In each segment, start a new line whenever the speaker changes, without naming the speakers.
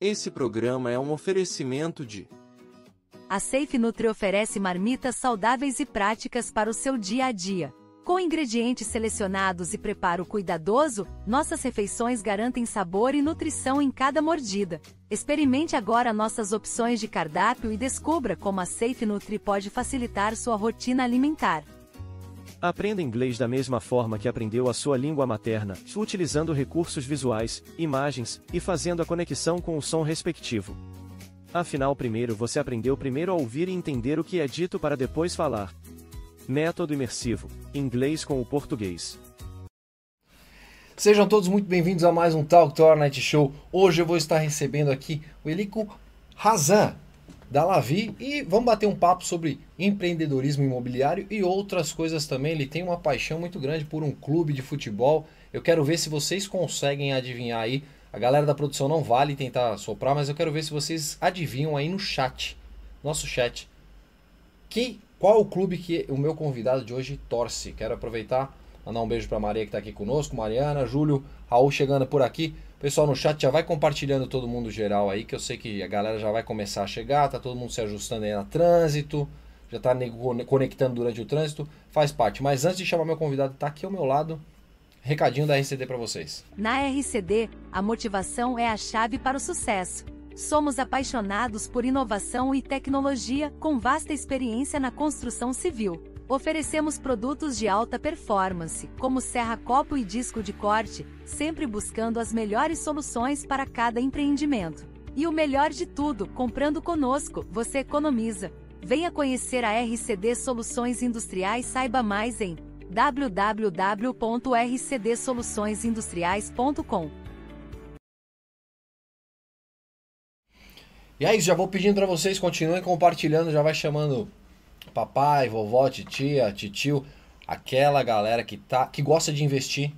Esse programa é um oferecimento de
A Safe Nutri oferece marmitas saudáveis e práticas para o seu dia a dia. Com ingredientes selecionados e preparo cuidadoso, nossas refeições garantem sabor e nutrição em cada mordida. Experimente agora nossas opções de cardápio e descubra como a Safe Nutri pode facilitar sua rotina alimentar.
Aprenda inglês da mesma forma que aprendeu a sua língua materna, utilizando recursos visuais, imagens e fazendo a conexão com o som respectivo. Afinal, primeiro você aprendeu primeiro a ouvir e entender o que é dito para depois falar. Método imersivo: inglês com o português.
Sejam todos muito bem-vindos a mais um Talk to Our Night Show. Hoje eu vou estar recebendo aqui o Elico Razan, da Lavi, e vamos bater um papo sobre empreendedorismo imobiliário e outras coisas também. Ele tem uma paixão muito grande por um clube de futebol. Eu quero ver se vocês conseguem adivinhar aí. A galera da produção não vale tentar soprar, mas eu quero ver se vocês adivinham aí no chat, nosso chat, que qual o clube que o meu convidado de hoje torce. Quero aproveitar mandar um beijo para Maria que está aqui conosco, Mariana, Júlio, Raul chegando por aqui. Pessoal no chat já vai compartilhando todo mundo geral aí, que eu sei que a galera já vai começar a chegar, tá todo mundo se ajustando aí no trânsito, já tá nego- conectando durante o trânsito, faz parte. Mas antes de chamar meu convidado, tá aqui ao meu lado, recadinho da RCD para vocês.
Na RCD, a motivação é a chave para o sucesso. Somos apaixonados por inovação e tecnologia, com vasta experiência na construção civil. Oferecemos produtos de alta performance, como serra copo e disco de corte, sempre buscando as melhores soluções para cada empreendimento. E o melhor de tudo, comprando conosco, você economiza. Venha conhecer a RCD Soluções Industriais, saiba mais em www.rcdsoluçõesindustriais.com.
E é isso, já vou pedindo para vocês, continuem compartilhando, já vai chamando papai, vovó, titia, titio, aquela galera que tá, que gosta de investir.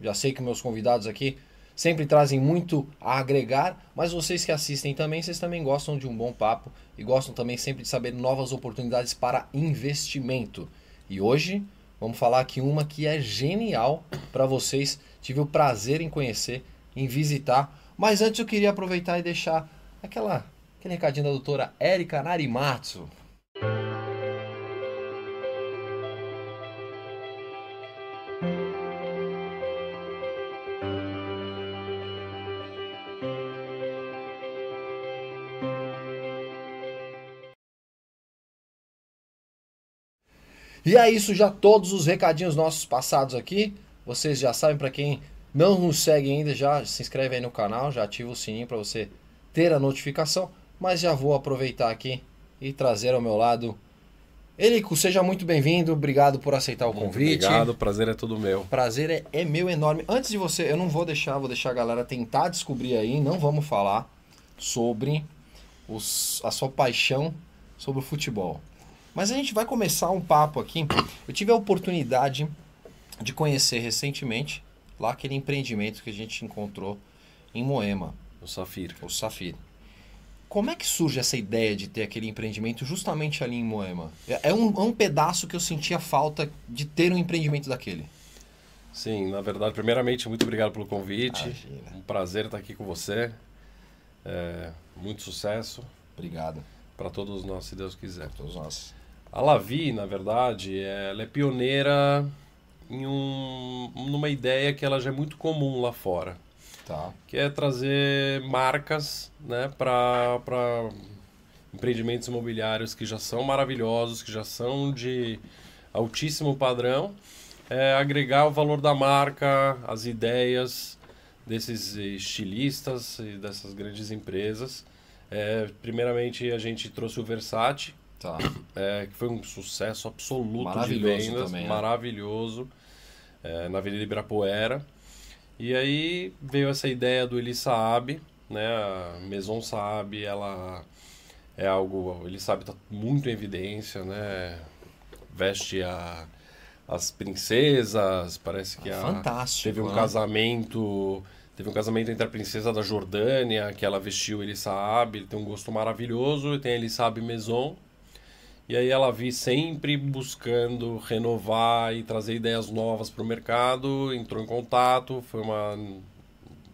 Já sei que meus convidados aqui sempre trazem muito a agregar, mas vocês que assistem também, vocês também gostam de um bom papo e gostam também sempre de saber novas oportunidades para investimento. E hoje vamos falar aqui uma que é genial para vocês. Tive o prazer em conhecer, em visitar, mas antes eu queria aproveitar e deixar aquela aquele recadinho da doutora Érica Narimatsu. E é isso, já todos os recadinhos nossos passados aqui. Vocês já sabem, para quem não nos segue ainda, já se inscreve aí no canal, já ativa o sininho para você ter a notificação. Mas já vou aproveitar aqui e trazer ao meu lado. Elico, seja muito bem-vindo, obrigado por aceitar o
Muito
convite.
Obrigado, o prazer é todo meu.
Prazer é, é meu enorme. Antes de você, eu não vou deixar, vou deixar a galera tentar descobrir aí, não vamos falar sobre os- a sua paixão sobre o futebol. Mas a gente vai começar um papo aqui. Eu tive a oportunidade de conhecer recentemente lá aquele empreendimento que a gente encontrou em Moema,
O Safir.
o Safir. Como é que surge essa ideia de ter aquele empreendimento justamente ali em Moema? É é um, é um pedaço que eu sentia falta de ter um empreendimento daquele.
Sim, na verdade, primeiramente, muito obrigado pelo convite.
Imagina.
Um prazer estar aqui com você. É, muito sucesso
Obrigado.
para todos nós, se Deus quiser.
Todos nós.
A Lavi, na verdade, é- ela é pioneira em um, numa ideia que ela já é muito comum lá fora,
Tá.
que é trazer marcas né, para empreendimentos imobiliários que já são maravilhosos, que já são de altíssimo padrão, é, agregar o valor da marca, as ideias desses estilistas e dessas grandes empresas. É, primeiramente, a gente trouxe o Versace,
Tá.
é, que foi um sucesso absoluto
Maravilhoso
de vendas,
também, né?
maravilhoso, é, na Avenida Ibirapuera. E aí veio essa ideia do Eli Saab, né? A Maison Saab, ela é algo, o Eli Saab está muito em evidência, né? Veste a- as princesas, parece que a,
É Ah, Fantástico.
Teve um
né?
casamento. Teve um casamento entre a princesa da Jordânia, que ela vestiu ele sabe, ele tem um gosto maravilhoso, e tem ele sabe Maison. E aí ela vi sempre buscando renovar e trazer ideias novas para o mercado, entrou em contato, foi uma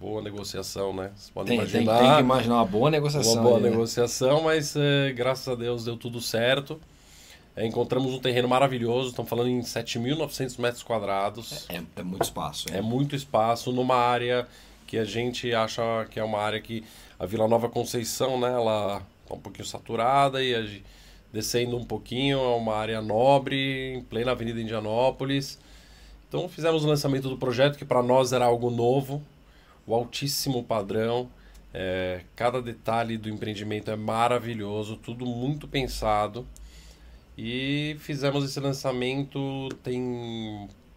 boa negociação, né? Vocês podem
Tem, tem- tem
imaginar.
que imaginar uma boa negociação.
Uma boa
ali, né?
negociação, mas eh, graças a Deus deu tudo certo. Eh, encontramos um terreno maravilhoso, estamos falando em 7.900 metros quadrados.
É, é muito espaço.
É muito espaço numa área que a gente acha que é uma área que a Vila Nova Conceição, né, ela tá um pouquinho saturada e a gen- descendo um pouquinho é uma área nobre, em plena Avenida Indianópolis. Então fizemos o lançamento do projeto que para nós era algo novo, o altíssimo padrão. é, cada detalhe do empreendimento é maravilhoso, tudo muito pensado. E fizemos esse lançamento tem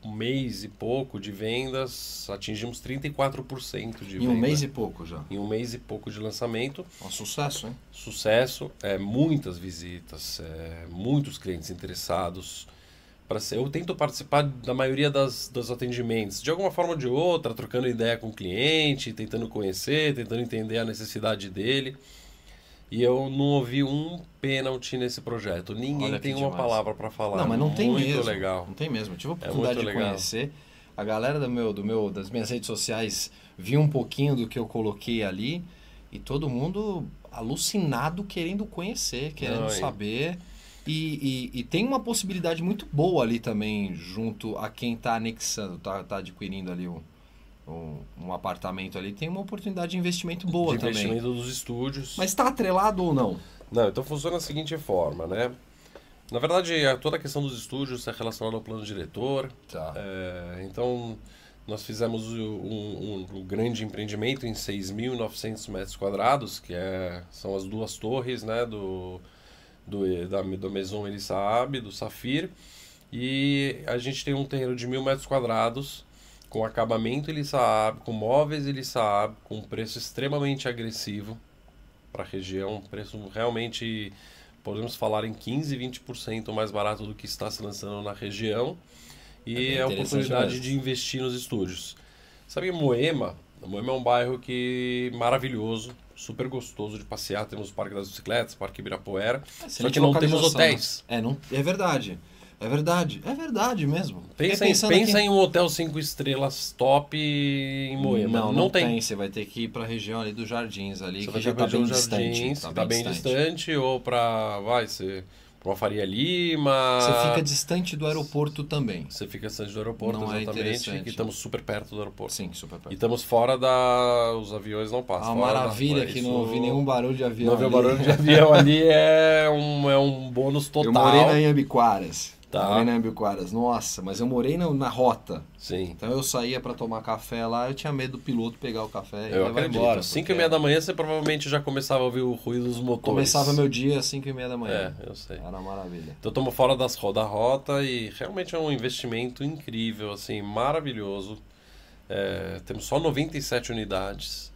um mês e pouco de vendas, atingimos 34% de
Em um
venda.
mês e pouco já.
Em um mês e pouco de lançamento,
É um sucesso, hein?
sucesso, é, muitas visitas, é, muitos clientes interessados. Pra ser, eu tento participar da maioria das, dos atendimentos, de alguma forma ou de outra, trocando ideia com o cliente, tentando conhecer, tentando entender a necessidade dele. E eu não ouvi um pênalti nesse projeto. Ninguém
Olha que
tem uma
demais.
palavra para falar.
não, mas não tem
Muito
mesmo.
legal. É
Não tem mesmo. Eu tive a oportunidade
muito
de
legal.
conhecer. A galera do meu, do meu, das minhas redes sociais viu um pouquinho do que eu coloquei ali e todo mundo alucinado querendo conhecer, querendo
Não, e-
saber. E, e- e tem uma possibilidade muito boa ali também, junto a quem está anexando, tá, tá adquirindo ali um, um, um apartamento ali. Tem uma oportunidade de investimento boa
de
também.
investimento dos estúdios.
Mas está atrelado ou não?
Não, então funciona da seguinte forma, né? Na verdade, a- toda a questão dos estúdios é relacionada ao plano diretor.
Tá.
É, então, nós fizemos o- um, um- um grande empreendimento em 6.900 metros quadrados, que é, são as duas torres né, do, do, da, do Maison El Saab, do Safir. E a gente tem um terreno de 1.000 metros quadrados, com acabamento El Saab, com móveis El Saab, com um preço extremamente agressivo para a região, um preço realmente, podemos falar em 15, 20% mais barato do que está se lançando na região. E
bem
é a
interessante
oportunidade
mesmo.
de investir nos estúdios. Sabe, Moema? Moema é um bairro que maravilhoso, super gostoso de passear. Temos o Parque das Bicicletas, Parque Ibirapuera. Só
Excelente
que não temos
localização,
hotéis.
né? É, não, é verdade. É verdade. É verdade mesmo. Fiquei
Pensa, em,
pensando
pensa
aqui-
em um hotel cinco estrelas top em Moema.
Não,
Não,
não, tem.
tem.
Você vai ter que ir pra região ali dos jardins ali,
Você
que
vai
já
já
tá
para
bem
Jardins,
distante.
que um tá bem distante, ou para, vai ser, pra uma Faria Lima.
Você fica distante do aeroporto também.
Você fica distante do aeroporto,
Não é
exatamente,
interessante.
que estamos super perto do aeroporto.
Sim, super
E
perto.
estamos fora da... os aviões não
Ah,
passam.
uma
fora da-
maravilha que não
isso-
ouvi nenhum barulho de avião.
Não ver o
ali.
barulho de avião ali é um, é um bônus total.
Eu morei na Ambiquaras.
Tá.
Morei na Ambiquaras. Nossa, mas eu morei na, na rota.
Sim.
Então eu saía pra tomar café lá, eu tinha medo do piloto pegar o café e
Eu
levar
acredito.
É, embora.
5
porque
e meia da manhã você provavelmente já começava a ouvir o ruído dos motores.
Começava meu dia às 5 e meia da
É,
manhã.
eu sei.
Era uma maravilha.
Então estamos fora das, ro- da rota e realmente é um investimento incrível, assim, maravilhoso. É, temos só 97 unidades,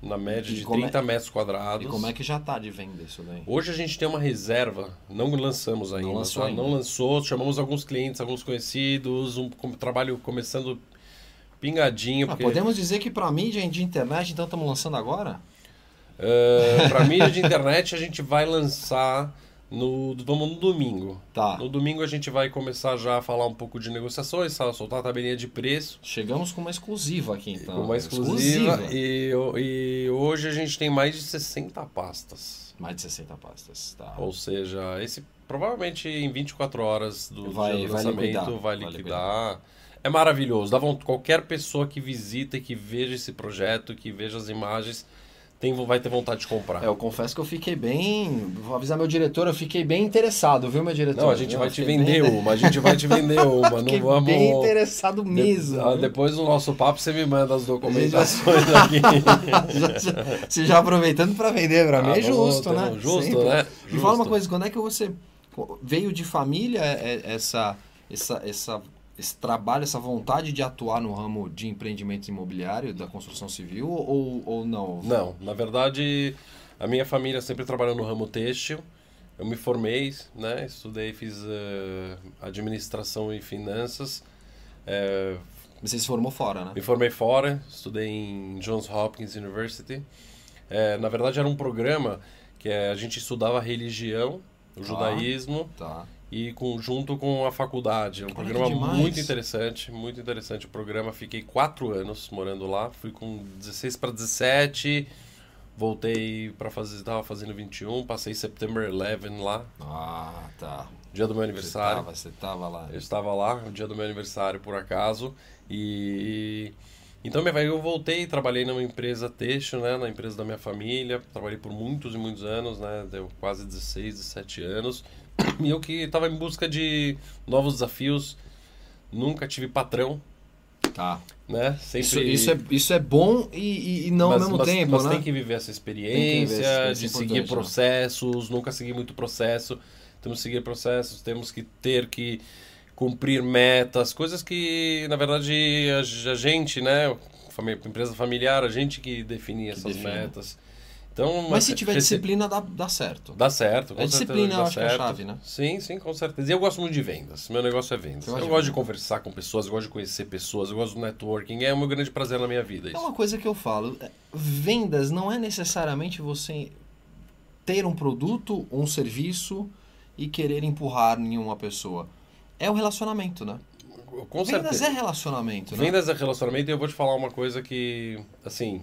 na média
E
de
como é-
30 metros
E
quadrados.
como é que já tá de venda isso daí?
Hoje a gente tem uma reserva, não lançamos ainda,
lançou
tá?
ainda.
não lançou, chamamos alguns clientes, alguns conhecidos, um com- trabalho começando pingadinho,
Ah,
porque
podemos dizer que pra mídia de internet, então estamos lançando agora?
eh, pra mídia de internet a gente vai lançar no, vamos no domingo.
Tá.
No domingo a gente vai começar já a falar um pouco de negociações, sa- soltar a tabelinha de preço,
Chegamos com uma exclusiva aqui então.
uma exclusiva, E, o- e hoje a gente tem mais de 60 pastas.
Mais de 60 pastas, tá?
Ou seja, esse provavelmente em 24 horas do,
Vai-
dia do
vai
lançamento
liquidar, vai
vai liquidar. É maravilhoso. Dá vontade, qualquer pessoa que visita e que veja esse projeto, que veja as imagens, tem, vai ter vontade de comprar.
É, eu confesso que eu fiquei bem. Vou avisar meu diretor, eu fiquei bem interessado, viu, meu diretor?
Não, a gente
Eu
vai te
fiquei
vender
bem...
uma, a gente vai te vender uma.
Fiquei
Não vamos.
né? bem interessado
De-
mesmo. né?
ah,
viu?
Depois do nosso papo, você me manda as documentações aqui.
Já- já- Você já aproveitando pra vender pra mim,
Ah,
é justo,
vamos,
né?
então, Justo,
Sempre.
né?
Me fala uma
Justo.
coisa, quando é que você veio de família é- é- essa, essa, essa, esse trabalho, essa vontade de atuar no ramo de empreendimento imobiliário, da construção civil, ou, ou não?
Não, na verdade, a minha família sempre trabalhou no ramo têxtil. Eu me formei, né? Estudei, fiz eh, administração e finanças. Eh,
Você se formou fora, né?
me formei fora, estudei em Johns Hopkins University. Eh, na verdade, era um programa que eh, a gente estudava religião, o judaísmo,
Tá.
e com, junto com a faculdade. É um
Olha que
programa
demais.
muito interessante, muito interessante o programa. Fiquei quatro anos morando lá, fui com 16 para 17, voltei para fazer, estava fazendo 21, passei September 11 lá,
Ah, tá.
dia do meu
Você
aniversário.
tava, você tava lá.
Eu estava lá no dia do meu aniversário, por acaso, e... Então, minha, eu voltei, trabalhei numa empresa têxtil, né, na empresa da minha família, trabalhei por muitos e muitos anos, né, deu quase 16, 17 anos, e eu que estava em busca de novos desafios, nunca tive patrão,
Tá.
né, sempre...
Isso, isso, é, isso é bom e, e- e não
mas,
ao mesmo
mas-
tempo,
mas
né?
tem que viver essa
Tem que
experiência,
viver essa experiência,
de
é
seguir
importante, né?
processos, nunca seguir muito processo. Temos que seguir processos, temos que ter que cumprir metas, coisas que, na verdade, a, a gente, né, fami- empresa familiar, a gente que define essas
define.
metas. Então,
Mas se tiver
rece-
disciplina, dá, dá certo.
Dá certo, com
É
certeza
disciplina, eu
dá
acho que é a
certo.
chave, né?
Sim, sim, com certeza. E eu gosto muito de vendas. Meu negócio é vendas.
Você
Eu
gosta de
gosto de
vendas?
conversar com pessoas, eu gosto de conhecer pessoas, eu gosto do networking. É um grande prazer na minha vida
É
isso.
uma coisa que eu falo. é, Vendas não é necessariamente você ter um produto ou um serviço e querer empurrar em uma pessoa. É o relacionamento, né?
Com certeza.
Vendas é relacionamento, né?
Vendas é relacionamento e eu vou te falar uma coisa que, assim,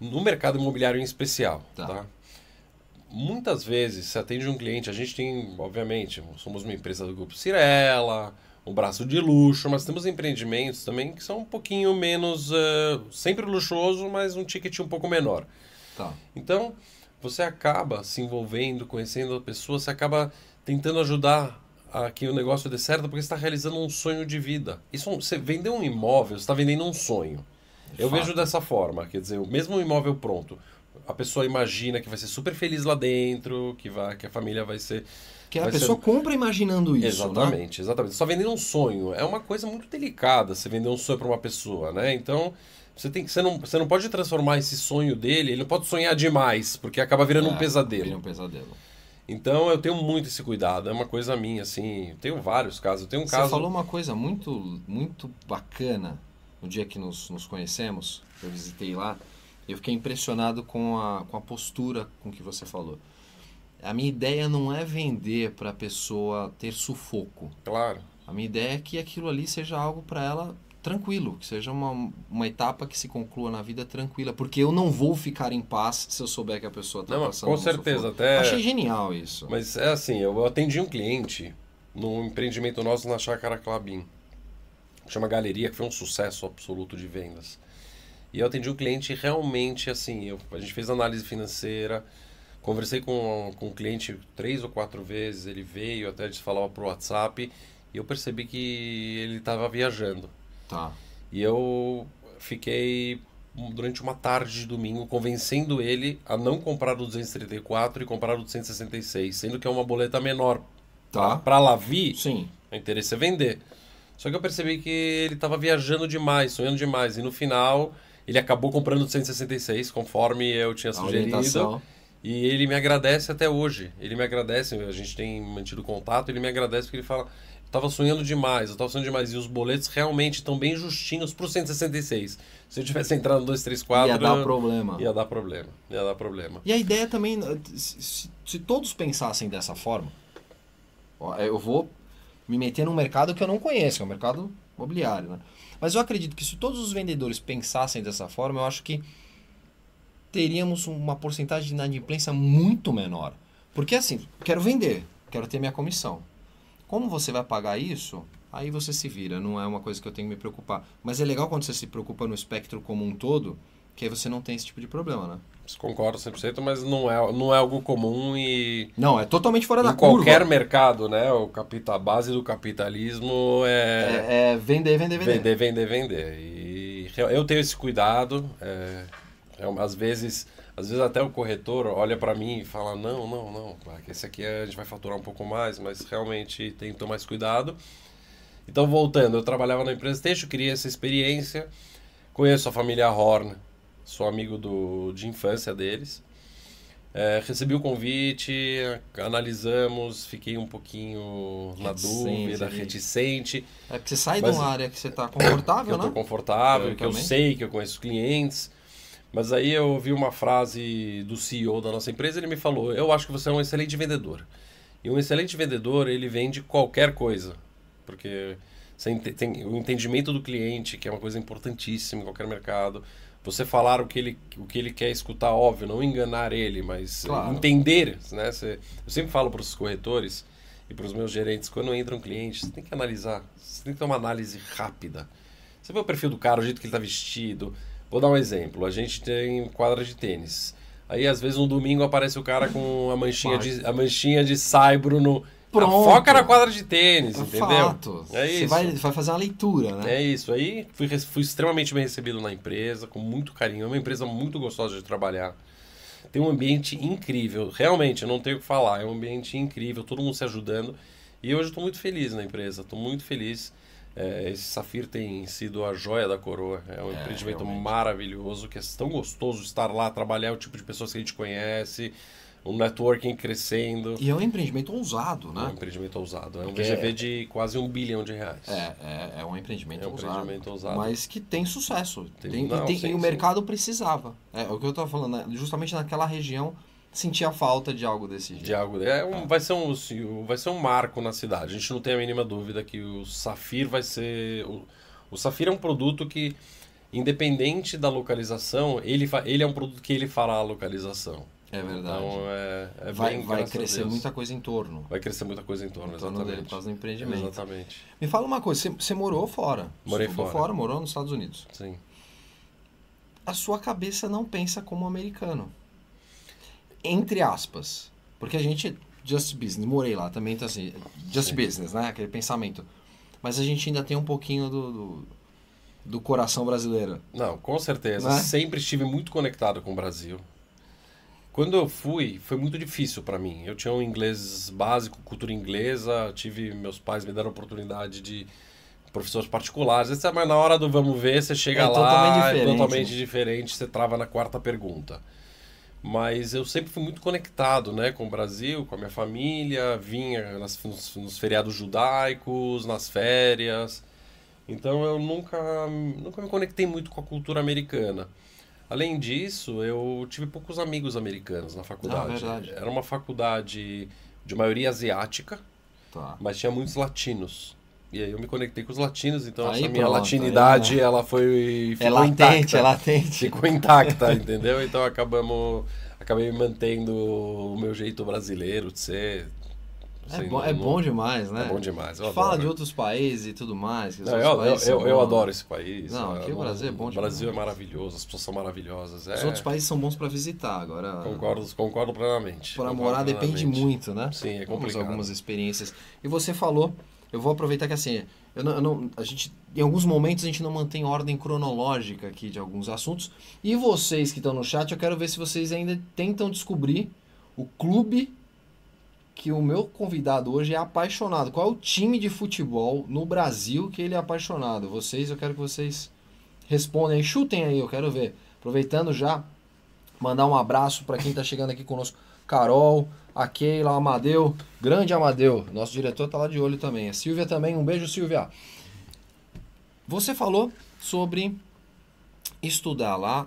no mercado imobiliário em especial,
Tá.
tá? Muitas vezes você atende um cliente, a gente tem, obviamente, somos uma empresa do grupo Cirela, um braço de luxo, mas temos empreendimentos também que são um pouquinho menos, eh, sempre luxuoso, mas um ticket um pouco menor.
Tá.
Então, você acaba se envolvendo, conhecendo a pessoa, você acaba tentando ajudar a que o negócio dê certo, porque você está realizando um sonho de vida. Isso, é um- você vender um imóvel, você está vendendo um sonho. Eu
Fato.
vejo dessa forma, quer dizer, o mesmo imóvel pronto, a pessoa imagina que vai ser super feliz lá dentro, que, vai, que a família vai ser
Que é a
Vai ser-
pessoa compra imaginando isso, né?
Exatamente, exatamente. Só vender um sonho é uma coisa muito delicada, você vender um sonho para uma pessoa, né? Então, você tem que você não, você não pode transformar esse sonho dele, ele não pode sonhar demais, porque acaba virando um
É,
pesadelo.
vira um pesadelo.
Então, eu tenho muito esse cuidado, é uma coisa minha assim. Tenho vários casos, eu tenho um
Você
caso
falou uma coisa muito, muito bacana no dia que nos, nos conhecemos, eu visitei lá, eu fiquei impressionado com a, com a postura com que você falou. A minha ideia não é vender para a pessoa ter sufoco.
claro.
A minha ideia é que aquilo ali seja algo para ela tranquilo, que seja uma, uma etapa que se conclua na vida tranquila, porque eu não vou ficar em paz se eu souber que a pessoa está
Não, mas
passando
com
um
certeza,
sufoco.
até-
Achei genial isso.
Mas é assim, eu atendi um cliente num empreendimento nosso na Chácara Clabin. Chama Galeria, que foi um sucesso absoluto de vendas. E eu atendi um cliente realmente assim, eu, a gente fez análise financeira, conversei com, com o cliente três ou quatro vezes, ele veio, até a gente falava pro WhatsApp, e eu percebi que ele estava viajando.
Tá.
E eu fiquei durante uma tarde de domingo convencendo ele a não comprar o 234 e comprar o 266, sendo que é uma boleta menor.
Tá.
Para Lavi,
Sim.
o interesse é vender. Só que eu percebi que ele estava viajando demais, sonhando demais. E no final, ele acabou comprando o 266, conforme eu tinha
A
sugerido.
orientação.
E ele me agradece até hoje. Ele me agradece, a gente tem mantido contato, ele me agradece porque ele fala: eu tava sonhando demais, eu tava sonhando demais. E os boletos realmente estão bem justinhos pro 166. Se eu tivesse entrado no 234,
Ia dar problema.
ia dar problema. Ia dar problema.
E a ideia também, eh, se- se, se todos pensassem dessa forma, ó, eh, eu vou me meter num mercado que eu não conheço, que é o mercado imobiliário, né? Mas eu acredito que se todos os vendedores pensassem dessa forma, eu acho que teríamos um, uma porcentagem de inadimplência muito menor. Porque assim, quero vender, quero ter minha comissão. Como você vai pagar isso? Aí você se vira, não é uma coisa que eu tenho que me preocupar. Mas é legal quando você se preocupa no espectro como um todo, que aí você não tem esse tipo de problema, né?
Concordo 100%, mas não é, não é algo comum e.
Não, é totalmente fora da
Em qualquer
curva.
mercado, né? O capital, a base do capitalismo é,
É, é vender, vender, vender.
Vender, vender, vender. E re- eu tenho esse cuidado. é, é, às vezes, às vezes até o corretor olha para mim e fala: "Não, não, não, pá, que esse aqui é- a gente vai faturar um pouco mais, mas realmente tem que tomar mais cuidado". Então, voltando, eu trabalhava na empresa Teixo, queria essa experiência. Conheço a família Horn, sou amigo do, de infância deles. É, recebi o convite, analisamos, fiquei um pouquinho na
Reticente
dúvida,
ali.
reticente.
É porque você sai
Mas-
de uma área que você tá
que eu
confortável,
tô
né?
confortável, que eu
Teoricamente.
sei, que eu conheço clientes. Mas aí eu ouvi uma frase do CEO da nossa empresa, ele me falou: "Eu acho que você é um excelente vendedor". E um excelente vendedor, ele vende qualquer coisa. Porque você ente- tem o entendimento do cliente, que é uma coisa importantíssima em qualquer mercado. Você falar o que ele, o que ele quer escutar, óbvio, não enganar ele, mas eh,
Claro.
entender. Né? Você- eu sempre falo para os corretores e para os meus gerentes, quando entra um cliente, você tem que analisar, você tem que ter uma análise rápida. Você vê o perfil do cara, o jeito que ele está vestido. Vou dar um exemplo. A gente tem quadra de tênis. Aí, às vezes, no domingo aparece o cara com a manchinha de, a manchinha de saibro no...
Pronto.
Foca na quadra de tênis,
É
entendeu?
fato.
É
Você
isso.
vai, vai fazer uma leitura, né?
É isso. Aí fui, re- fui extremamente bem recebido na empresa, com muito carinho. É uma empresa muito gostosa de trabalhar. Tem um ambiente incrível. Realmente, eu não tenho o que falar. É um ambiente incrível, todo mundo se ajudando. E hoje eu estou muito feliz na empresa. Estou muito feliz. É, esse Safir tem sido a joia da coroa. É um empreendimento maravilhoso, que é tão gostoso estar lá, trabalhar o tipo de pessoas que a gente conhece, um networking crescendo.
E é um empreendimento ousado,
É um
né?
empreendimento ousado. É um
Porque
VGV de quase um bilhão de reais.
É, é, é um empreendimento
É um
ousado.
empreendimento ousado.
Mas que tem sucesso.
Tem-
Tem- e
não,
tem-
sim,
e o
sim.
mercado precisava. É, é o que eu tava falando, né? justamente naquela região sentia falta de algo desse
de
jeito.
algo é um, vai ser um assim, um- vai ser um marco na cidade a gente não tem a mínima dúvida que o Safir vai ser o, o Safir é um produto que independente da localização ele fa- ele é um produto que ele fará a localização
É verdade.
então é, é
vai
bem,
vai
graças a
crescer
Deus.
muita coisa em torno.
vai crescer muita coisa em torno
Em torno dele, por
exatamente
causa do empreendimento.
exatamente
Me fala uma coisa, você, você morou fora.
Morei
Estudou
fora.
Morou nos Estados Unidos.
sim
A sua cabeça não pensa como americano. Entre aspas. Porque a gente, just business, morei lá também, então assim, just
Sim.
business, né? Aquele pensamento. Mas a gente ainda tem um pouquinho do, do, do coração brasileiro.
Não, com certeza.
Né?
Sempre estive muito conectado com o Brasil. Quando eu fui, foi muito difícil para mim. Eu tinha um inglês básico, cultura inglesa, tive meus pais me deram a oportunidade de professores particulares. Essa- Mas na hora do vamos ver, você chega
É
lá,
totalmente
é
diferente,
totalmente
né?
diferente, você trava na quarta pergunta. Mas eu sempre fui muito conectado, né, com o Brasil, com a minha família, vinha nas- nos, nos feriados judaicos, nas férias. Então eu nunca, nunca me conectei muito com a cultura americana. Além disso, eu tive poucos amigos americanos na faculdade.
Ah, verdade.
Era uma faculdade de maioria asiática,
Tá.
mas tinha muitos latinos. E aí eu me conectei com os latinos, então
Aí
essa minha
pronto,
latinidade, ela foi
É
ficou
latente,
intacta
é latente.
ficou intacta, entendeu? Então acabamos, acabei me mantendo o meu jeito brasileiro de ser.
É
Assim,
bom, é
não-
bom demais, né?
é bom demais. Eu
Fala
adoro.
de outros países e tudo mais. que os
Não,
outros
eu, eu,
países são
eu- eu
bons.
adoro esse país.
Não,
eu
aqui o
adoro-
Brasil é bom
O Brasil é
demais.
maravilhoso, as pessoas são maravilhosas.
Os
é.
outros países são bons pra visitar, agora.
Concordo, concordo plenamente.
Para
concordo
morar depende
plenamente.
muito, né?
Sim, é
Temos
complicado.
algumas experiências. E você falou, eu vou aproveitar que assim, eu não, eu não- a gente, em alguns momentos a gente não mantém ordem cronológica aqui de alguns assuntos. E vocês que estão no chat, eu quero ver se vocês ainda tentam descobrir o clube que o meu convidado hoje é apaixonado. Qual é o time de futebol no Brasil que ele é apaixonado? Vocês, eu quero que vocês respondem aí, chutem aí, eu quero ver. Aproveitando já, mandar um abraço para quem tá chegando aqui conosco. Carol, a Keila, o Amadeu, grande Amadeu, nosso diretor tá lá de olho também. A Silvia também, um beijo, Silvia. Você falou sobre estudar lá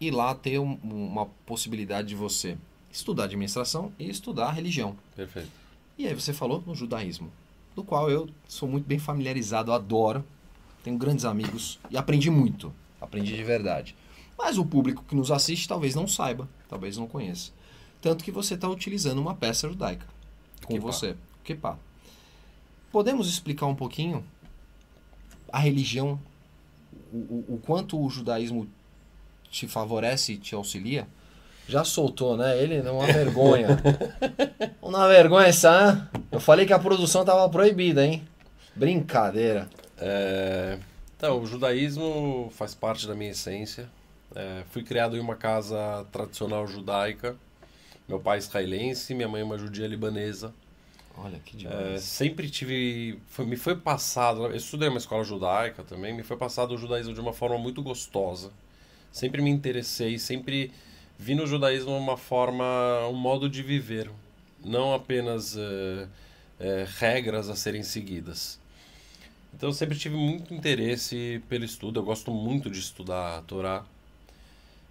e lá ter um- uma possibilidade de você estudar administração e estudar religião.
Perfeito.
E aí você falou no judaísmo, do qual eu sou muito bem familiarizado, eu adoro, tenho grandes amigos e aprendi muito, aprendi de verdade. Mas o público que nos assiste talvez não saiba, talvez não conheça. Tanto que você está utilizando uma peça judaica com
Kippah.
você, o kippah. Podemos explicar um pouquinho a religião, o, o- o quanto o judaísmo te favorece e te auxilia? Já soltou, né? Ele é uma vergonha. Uma vergonha essa, hein? Eu falei que a produção tava proibida, hein? Brincadeira.
É, Então, o judaísmo faz parte da minha essência. É, fui criado em uma casa tradicional judaica. Meu pai é israelense, minha mãe é uma judia libanesa.
Olha que
É,
demais.
sempre tive. foi- me foi passado. Eu estudei numa escola judaica também. Me foi passado o judaísmo de uma forma muito gostosa. Sempre me interessei, sempre vi no judaísmo uma forma, um modo de viver, não apenas eh, eh, regras a serem seguidas. Então eu sempre tive muito interesse pelo estudo. Eu gosto muito de estudar a Torá.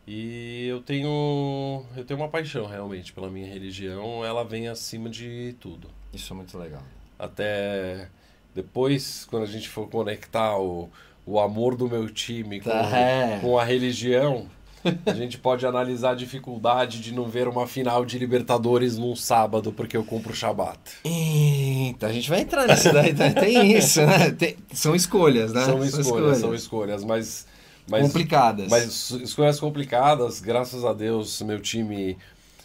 E eu tenho, eu tenho uma paixão realmente pela minha religião, ela vem acima de tudo.
Isso é muito legal.
Até depois, quando a gente for conectar o, o amor do meu time com,
Tá, é.
com a religião, a gente pode analisar a dificuldade de não ver uma final de Libertadores num sábado porque eu cumpro o Shabat.
Eita, a gente vai entrar nisso daí, tá? tem isso, né? Tem- são escolhas, né?
São escolhas, são escolhas, mas. mas
complicadas.
Mas es- escolhas complicadas, graças a Deus, meu time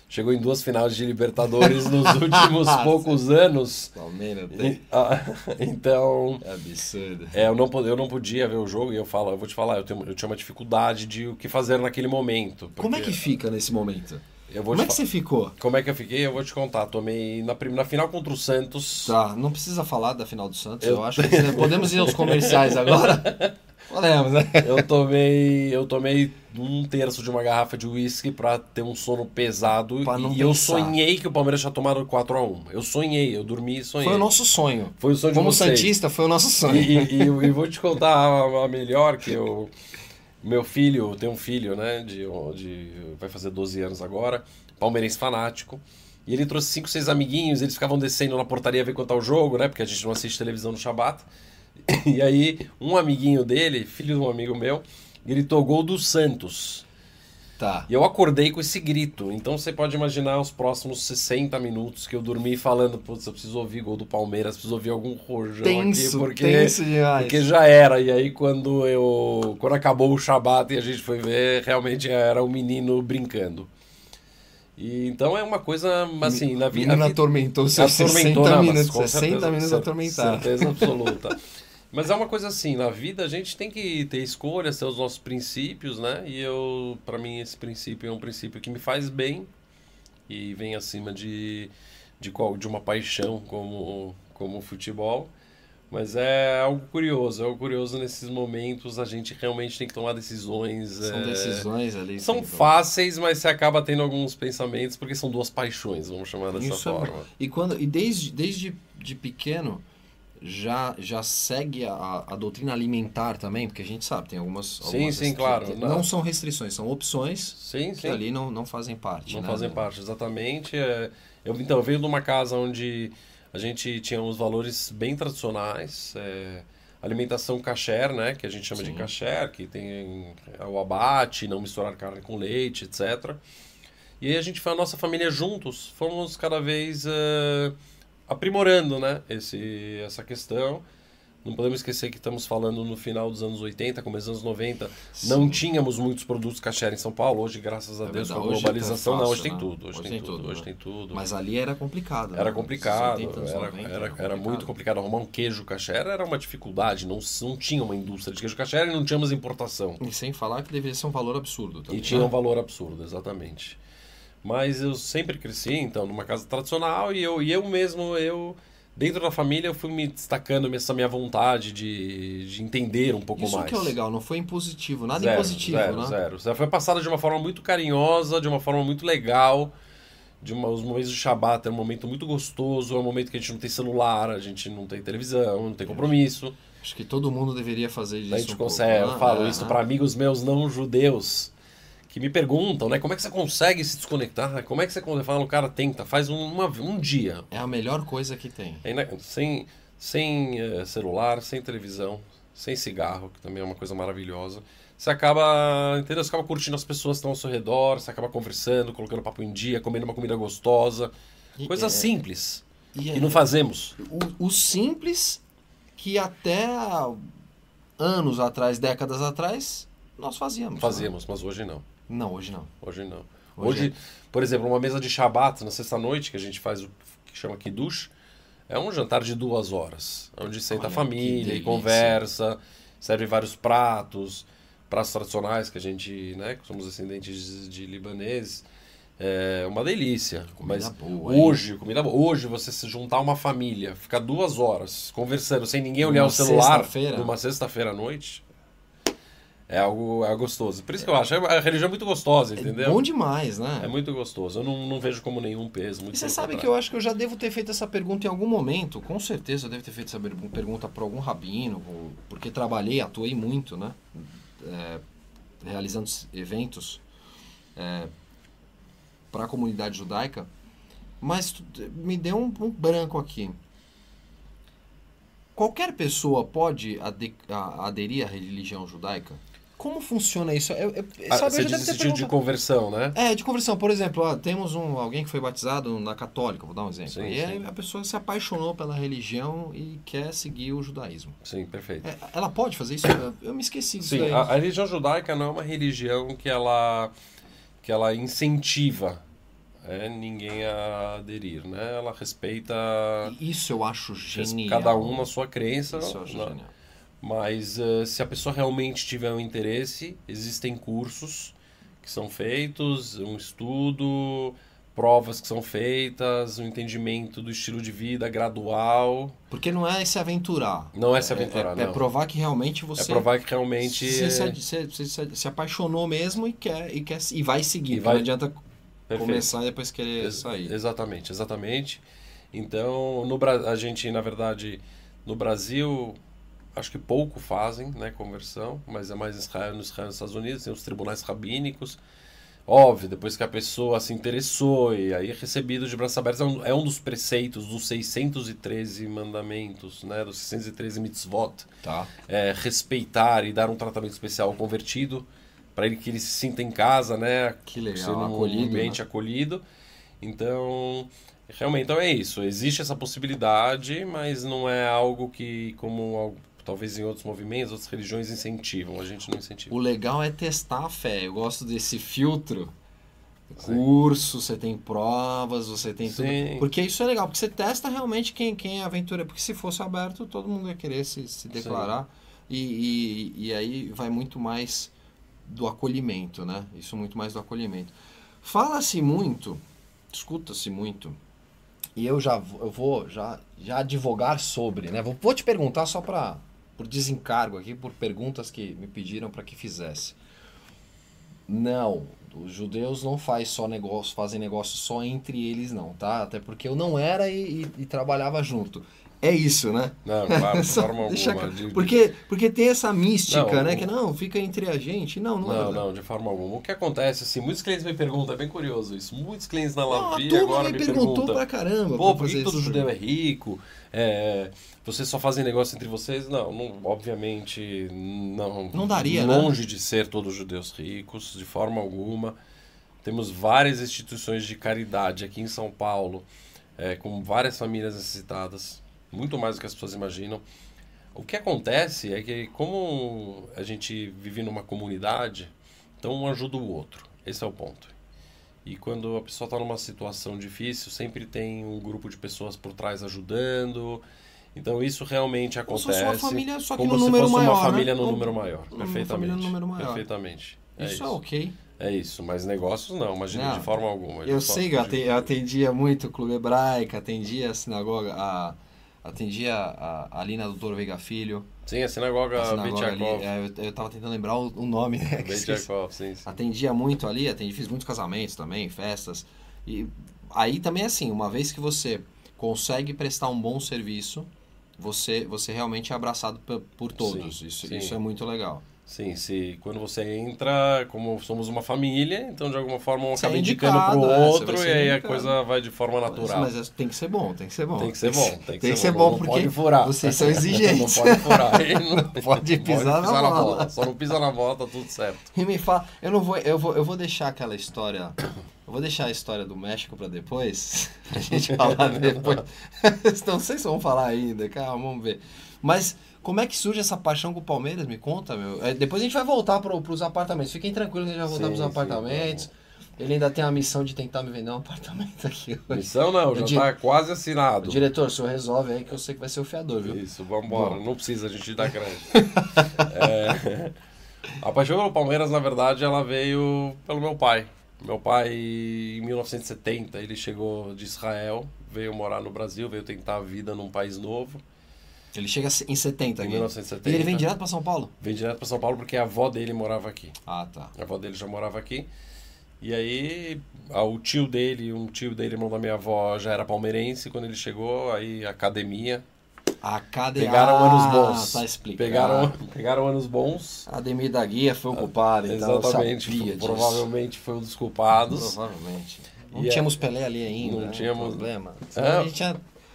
chegou em duas finais de Libertadores nos últimos poucos anos.
Palmeiras
E-
tem...
ah, Então,
é absurdo.
é, eu, não, po- eu não podia ver o jogo e eu falo, eu vou te falar, eu, tenho, eu tinha uma dificuldade de o que fazer naquele momento.
Como é que
porque
fica nesse momento?
eu vou
Como é
te
que
fa-
você ficou?
Como é que eu fiquei? Eu vou te contar. Tomei na, prim- na final contra o Santos.
Tá, não precisa falar da final do Santos, eu,
Eu-
acho. que Podemos ir aos comerciais agora? Podemos, né?
Eu tomei, eu tomei um terço de uma garrafa de uísque pra ter um sono pesado.
Pra não
e eu
pensar.
sonhei que o Palmeiras tinha tomado 4x1. Eu sonhei, eu dormi e sonhei.
Foi o nosso sonho.
Foi o sonho de
Como
vocês.
Santista, foi o nosso sonho.
E, e- e eu- e vou te contar a, a melhor que eu. Meu filho, tem um filho, né? De, de, vai fazer 12 anos agora, palmeirense fanático. E ele trouxe cinco, seis amiguinhos, eles ficavam descendo na portaria ver quanto tá o jogo, né? Porque a gente não assiste televisão no Shabat. E aí, um amiguinho dele, filho de um amigo meu, gritou gol do Santos.
Tá.
E eu acordei com esse grito. Então você pode imaginar os próximos 60 minutos que eu dormi falando, putz, eu preciso ouvir gol do Palmeiras, preciso ouvir algum rojão
Tenso,
aqui, porque,
tenso demais.
porque já era. E aí quando eu. Quando acabou o Shabat e a gente foi ver, realmente era um menino brincando. E, então é uma coisa, assim, na
A
vida.
menina atormentou seus 60
não, mas
minutos.
com
60
certeza,
minutos
cer-
atormentaram.
Certeza absoluta. Mas é uma coisa assim, na vida a gente tem que ter escolhas, ter os nossos princípios, né? E eu, pra mim, esse princípio é um princípio que me faz bem e vem acima de, de, qual, de uma paixão como, como o futebol. Mas é algo curioso, é algo curioso nesses momentos a gente realmente tem que tomar decisões.
São
é,
decisões então. ali.
são
sim,
fáceis, mas você acaba tendo alguns pensamentos porque são duas paixões, vamos chamar dessa
Isso é
forma.
E quando e desde, desde de pequeno já já segue a, a doutrina alimentar também, porque a gente sabe, tem algumas,
Sim,
algumas
sim,
restri-
claro.
Não, são restrições, são opções
Sim,
que
sim.
ali não, não fazem parte,
Não
né?
fazem parte, exatamente. É, eu, então, eu venho de uma casa onde a gente tinha uns valores bem tradicionais. é, alimentação kasher, né? Que a gente chama de kasher, que tem é, o abate, não misturar carne com leite, etc. E aí a gente foi a nossa família juntos. Fomos cada vez é, aprimorando, né? Esse, essa questão. Não podemos esquecer que estamos falando no final dos anos 80, começo dos anos 90. Não tínhamos muitos produtos kasher em São Paulo. Hoje, graças a
É
Deus,
verdade,
com a
hoje
globalização,
tá
não,
fácil,
hoje tem
né?
tudo. Hoje, tem, tudo, hoje
né?
tem tudo.
Mas ali era complicado. né?
Era
Nos
complicado,
80, nos
era,
90,
era, era muito complicado. Arrumar um queijo kasher era uma dificuldade, não, não tinha uma indústria de queijo kasher e não tínhamos importação.
E sem falar que deveria ser um valor absurdo também.
E tinha um
né?
valor absurdo, exatamente. Mas eu sempre cresci, então, numa casa tradicional e eu, e eu mesmo, eu, dentro da família, eu fui me destacando essa minha vontade de, de entender um pouco
Isso
mais.
que é o legal, não foi impositivo, nada
Zero,
impositivo,
zero,
né?
Zero, zero. Foi passada de uma forma muito carinhosa, de uma forma muito legal. De uma, os momentos de Shabat é um momento muito gostoso, é um momento que a gente não tem celular, a gente não tem televisão, não tem compromisso.
Acho que todo mundo deveria fazer isso.
a gente
um pouco,
consegue,
né?
eu falo
É,
isso
né?
para amigos meus não judeus que me perguntam, né, como é que você consegue se desconectar? Como é que você consegue? Eu falo, cara, tenta, faz um- uma, um dia,
É a melhor coisa que tem.
é ina- Sem, sem eh, celular, sem televisão, sem cigarro, que também é uma coisa maravilhosa. Você acaba, entendeu? Você acaba curtindo as pessoas que estão ao seu redor, você acaba conversando, colocando papo em dia, comendo uma comida gostosa.
E-
Coisa
é-
simples.
E,
que
é-
não fazemos.
o, o simples que até anos atrás, décadas atrás, nós fazíamos.
Fazemos, mas hoje não.
Né? Não, hoje não.
Hoje não.
Hoje é.
Hoje, por exemplo, uma mesa de Shabat na sexta-noite, que a gente faz o que chama Kiddush, é um jantar de duas horas, é onde senta
Olha,
a
que
família e
delícia.
conversa, serve vários pratos, pratos tradicionais que a gente, né, que somos descendentes de libaneses. É uma delícia.
Comida
mas
boa, hein?
hoje, comida boa. Hoje você se juntar uma família, ficar duas horas conversando sem ninguém olhar
Numa
o celular
sexta-feira.
numa sexta-feira à noite. É algo é gostoso. Por isso que eu acho. A religião é muito gostosa, entendeu?
É bom demais, né?
É muito gostoso. Eu não, não vejo como nenhum peso. Muito
E você
pelo
sabe que eu
contrário.
acho que eu já devo ter feito essa pergunta em algum momento, com certeza eu devo ter feito essa pergu- pergunta para algum rabino, ou- porque trabalhei, atuei muito, né? É, realizando s- eventos. é, para a comunidade judaica, mas tu- me deu um, um branco aqui. Qualquer pessoa pode ade- a- aderir à religião judaica?
Como funciona isso? Eu, eu,
Ah,
sabe,
você
eu já devo
disse
ter
esse tipo de
perguntado.
conversão, né?
É, de conversão. Por exemplo, ó, temos um, alguém que foi batizado na católica, vou dar um exemplo.
Sim,
e aí
sim.
a pessoa se apaixonou pela religião e quer seguir o judaísmo.
Sim, perfeito.
É, ela pode fazer isso? Eu, eu me esqueci disso
Sim,
daí.
a, a religião judaica não é uma religião que ela, que ela incentiva é, ninguém a aderir, né? Ela respeita
Isso eu acho genial.
cada um na sua crença, né?
Isso é eu acho
na-
genial.
mas eh, se a pessoa realmente tiver um interesse, existem cursos que são feitos, um estudo, provas que são feitas, um entendimento do estilo de vida gradual.
Porque não é se aventurar.
Não é se aventurar,
É, é
não.
provar que realmente você
É provar que realmente
se, se,
é-
se- se- se- se apaixonou mesmo e quer e, quer, e vai seguir.
E
porque
vai-
Não adianta
é Perfeito.
começar e depois querer
Ex-
sair.
Exatamente, exatamente. Então, no Bra- a gente, na verdade, no Brasil, acho que pouco fazem, né, conversão, mas é mais em Israel, no Israel, nos Estados Unidos, tem os tribunais rabínicos. Óbvio, depois que a pessoa se interessou e aí é recebido de braços abertos, é um, é um dos preceitos dos 613 mandamentos, né, dos 613 mitzvot,
Tá.
é, respeitar e dar um tratamento especial ao convertido, para ele que ele se sinta em casa, né?
Que legal,
sendo um
acolhido, né?
ambiente acolhido. Então, realmente, então é isso. Existe essa possibilidade, mas não é algo que, como al- talvez em outros movimentos, outras religiões incentivam. A gente não incentiva.
O legal é testar a fé. Eu gosto desse filtro. Curso, você tem provas, você tem
Sim.
tudo. Porque isso é legal, porque você testa realmente quem, quem é aventureiro. Porque se fosse aberto, todo mundo ia querer se, se declarar. E, e, e aí vai muito mais do acolhimento, né? Isso muito mais do acolhimento. Fala-se muito, escuta-se muito, e eu já vou- eu vou já, já advogar sobre, né? Vou, vou te perguntar só para por desencargo aqui, por perguntas que me pediram para que fizesse. Não, os judeus não faz só negócio, fazem negócio só entre eles não, tá? Até porque eu não era e, e- e trabalhava junto. É isso, né?
Não, claro, de
Só
forma
deixa
alguma.
claro.
de- de-
Porque, porque tem essa mística,
Não,
né?
o-
Que não, fica entre a gente. Não, não, é
Não,
verdade.
não, de forma alguma. O que acontece, assim, muitos clientes me perguntam, é bem curioso isso. Muitos clientes na
Não, a
Lavi
turma
agora
Ah, me
me
perguntou
perguntam.
pra caramba. pra
Pô, por que
fazer né?
que todo
esse
judeu
programa.
é rico? É, vocês só fazem negócio entre vocês? Não, não- obviamente não.
Não daria, né?
Longe de ser todos judeus ricos, de forma alguma. Temos várias instituições de caridade aqui em São Paulo, é, com várias famílias necessitadas, muito mais do que as pessoas imaginam. O que acontece é que, como a gente vive numa comunidade, então um ajuda o outro. Esse é o ponto. E quando a pessoa está numa situação difícil, sempre tem um grupo de pessoas por trás ajudando. Então isso realmente
Como se
acontece.
fosse uma família, só que
como
no
se
número
fosse
maior,
uma família
né?
no
Uma-
número maior.
uma
Perfeitamente.
família no número maior.
Perfeitamente. É
Isso
isso.
é ok.
É isso, mas negócios não, imagina,
Não,
de forma alguma.
Eu
De forma-
sei que eu
de-
aten- eu atendia muito o clube hebraico, atendia a sinagoga, a- atendia a, a, ali na doutor Veiga Filho,
Sim, a
a
sinagoga
sinagoga ali,
Betiakov.
é, eu, eu tava tentando lembrar o, o nome, né, que esqueci.
Betiakov, sim, sim.
Atendia muito ali, atendi, fiz muitos casamentos também, festas. E aí também assim, uma vez que você consegue prestar um bom serviço, você, você realmente é abraçado pe- por todos.
Sim,
isso,
sim.
isso é muito legal.
Sim, se quando você entra, como somos uma família, então de alguma forma um
Você é
acaba indicando pro
indicado, é, você
outro
vai
e
ser
aí a
indicado.
coisa vai de forma natural.
Mas, é mas tem que ser bom, tem que ser bom.
Tem que ser bom, tem que ser bom, não
porque
pode furar.
vocês são exigentes.
Então Não pode furar, hein? Não
Pode pisar na bola.
Só não pisa na bola, tá tudo certo.
E me fala, eu não vou, eu vou, eu vou deixar aquela história, eu vou deixar a história do México pra depois, pra gente falar depois. não sei se vão falar ainda, calma, vamos ver. Mas como é que surge essa paixão com o Palmeiras? Me conta, meu. É, depois a gente vai voltar pro, pros apartamentos. Fiquem tranquilos que a gente vai voltar
Sim,
pros
sim, tá
apartamentos. Ele ainda tem a missão de tentar me vender um apartamento aqui hoje.
Missão não, já
Di-
tá quase assinado.
Diretor, o senhor resolve aí que eu sei que vai ser o fiador, viu?
Isso, vambora. Não precisa a gente dar crédito. É, A paixão pelo Palmeiras, na verdade, ela veio pelo meu pai. Meu pai, em 1970, ele chegou de Israel, veio morar no Brasil, veio tentar a vida num país novo.
Ele chega em 70
Em
aqui.
1970.
E ele vem direto pra São Paulo?
Veio direto para São Paulo porque a avó dele morava aqui.
Ah, tá.
A avó dele já morava aqui. E aí, a- o tio dele, um tio dele, irmão da minha avó, já era palmeirense. Quando ele chegou, aí academia,
Academia.
Pegaram anos bons.
Tá explicado.
Pegaram, pegaram anos bons.
Ademir da Guia foi o culpado, então
Exatamente.
eu sabia disso.
provavelmente foi um dos culpados.
Provavelmente. Não
E é-
tínhamos Pelé ali ainda.
não
né?
tínhamos-
Problema.
É.
A, gente tinha-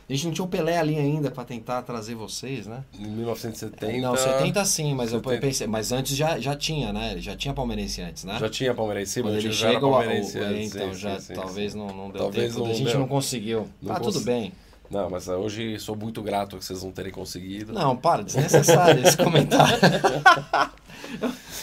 a gente não tinha o Pelé ali ainda pra tentar trazer vocês, né?
Em 1970.
Não, 70 sim, mas eu
70.
pensei. Mas antes já, já tinha, né? Ele já tinha palmeirense antes, né?
Já tinha palmeirense,
Quando
mas
ele
já era
chega, o, o,
palmeirense.
é,
antes,
então
sim,
já
sim, sim,
talvez Não, não deu
Talvez
tempo.
não
a gente
deu.
não conseguiu.
Não
tá tudo
cons-
bem.
Não, mas ah, hoje sou muito grato que vocês não terem conseguido.
Não, para, desnecessário esse comentário.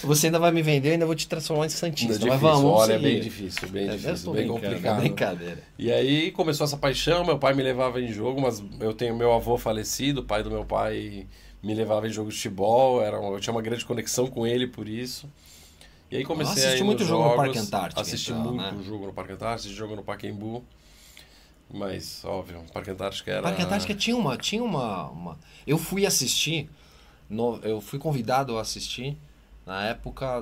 Você ainda vai me vender, eu ainda vou te transformar em
Ainda
Santista.
é
mas vamos, vamos
olha, é
seguir.
bem difícil, bem
É, eu
difícil,
tô
bem
brincando, é
complicado.
Brincadeira.
E aí começou essa paixão, meu pai me levava em jogo, mas eu tenho meu avô falecido, o pai do meu pai me levava em jogo de futebol, era um- eu tinha uma grande conexão com ele por isso. E aí comecei
assisti
a ir
muito
nos
jogo no
jogos,
Parque Antártica,
assisti
então,
muito
né?
jogo no Parque Antártico, assisti jogo no Pacaembu. Mas, óbvio, o Parque Antártico era
Parque Antártica tinha uma, tinha uma, uma- Eu fui assistir, no- eu fui convidado a assistir na época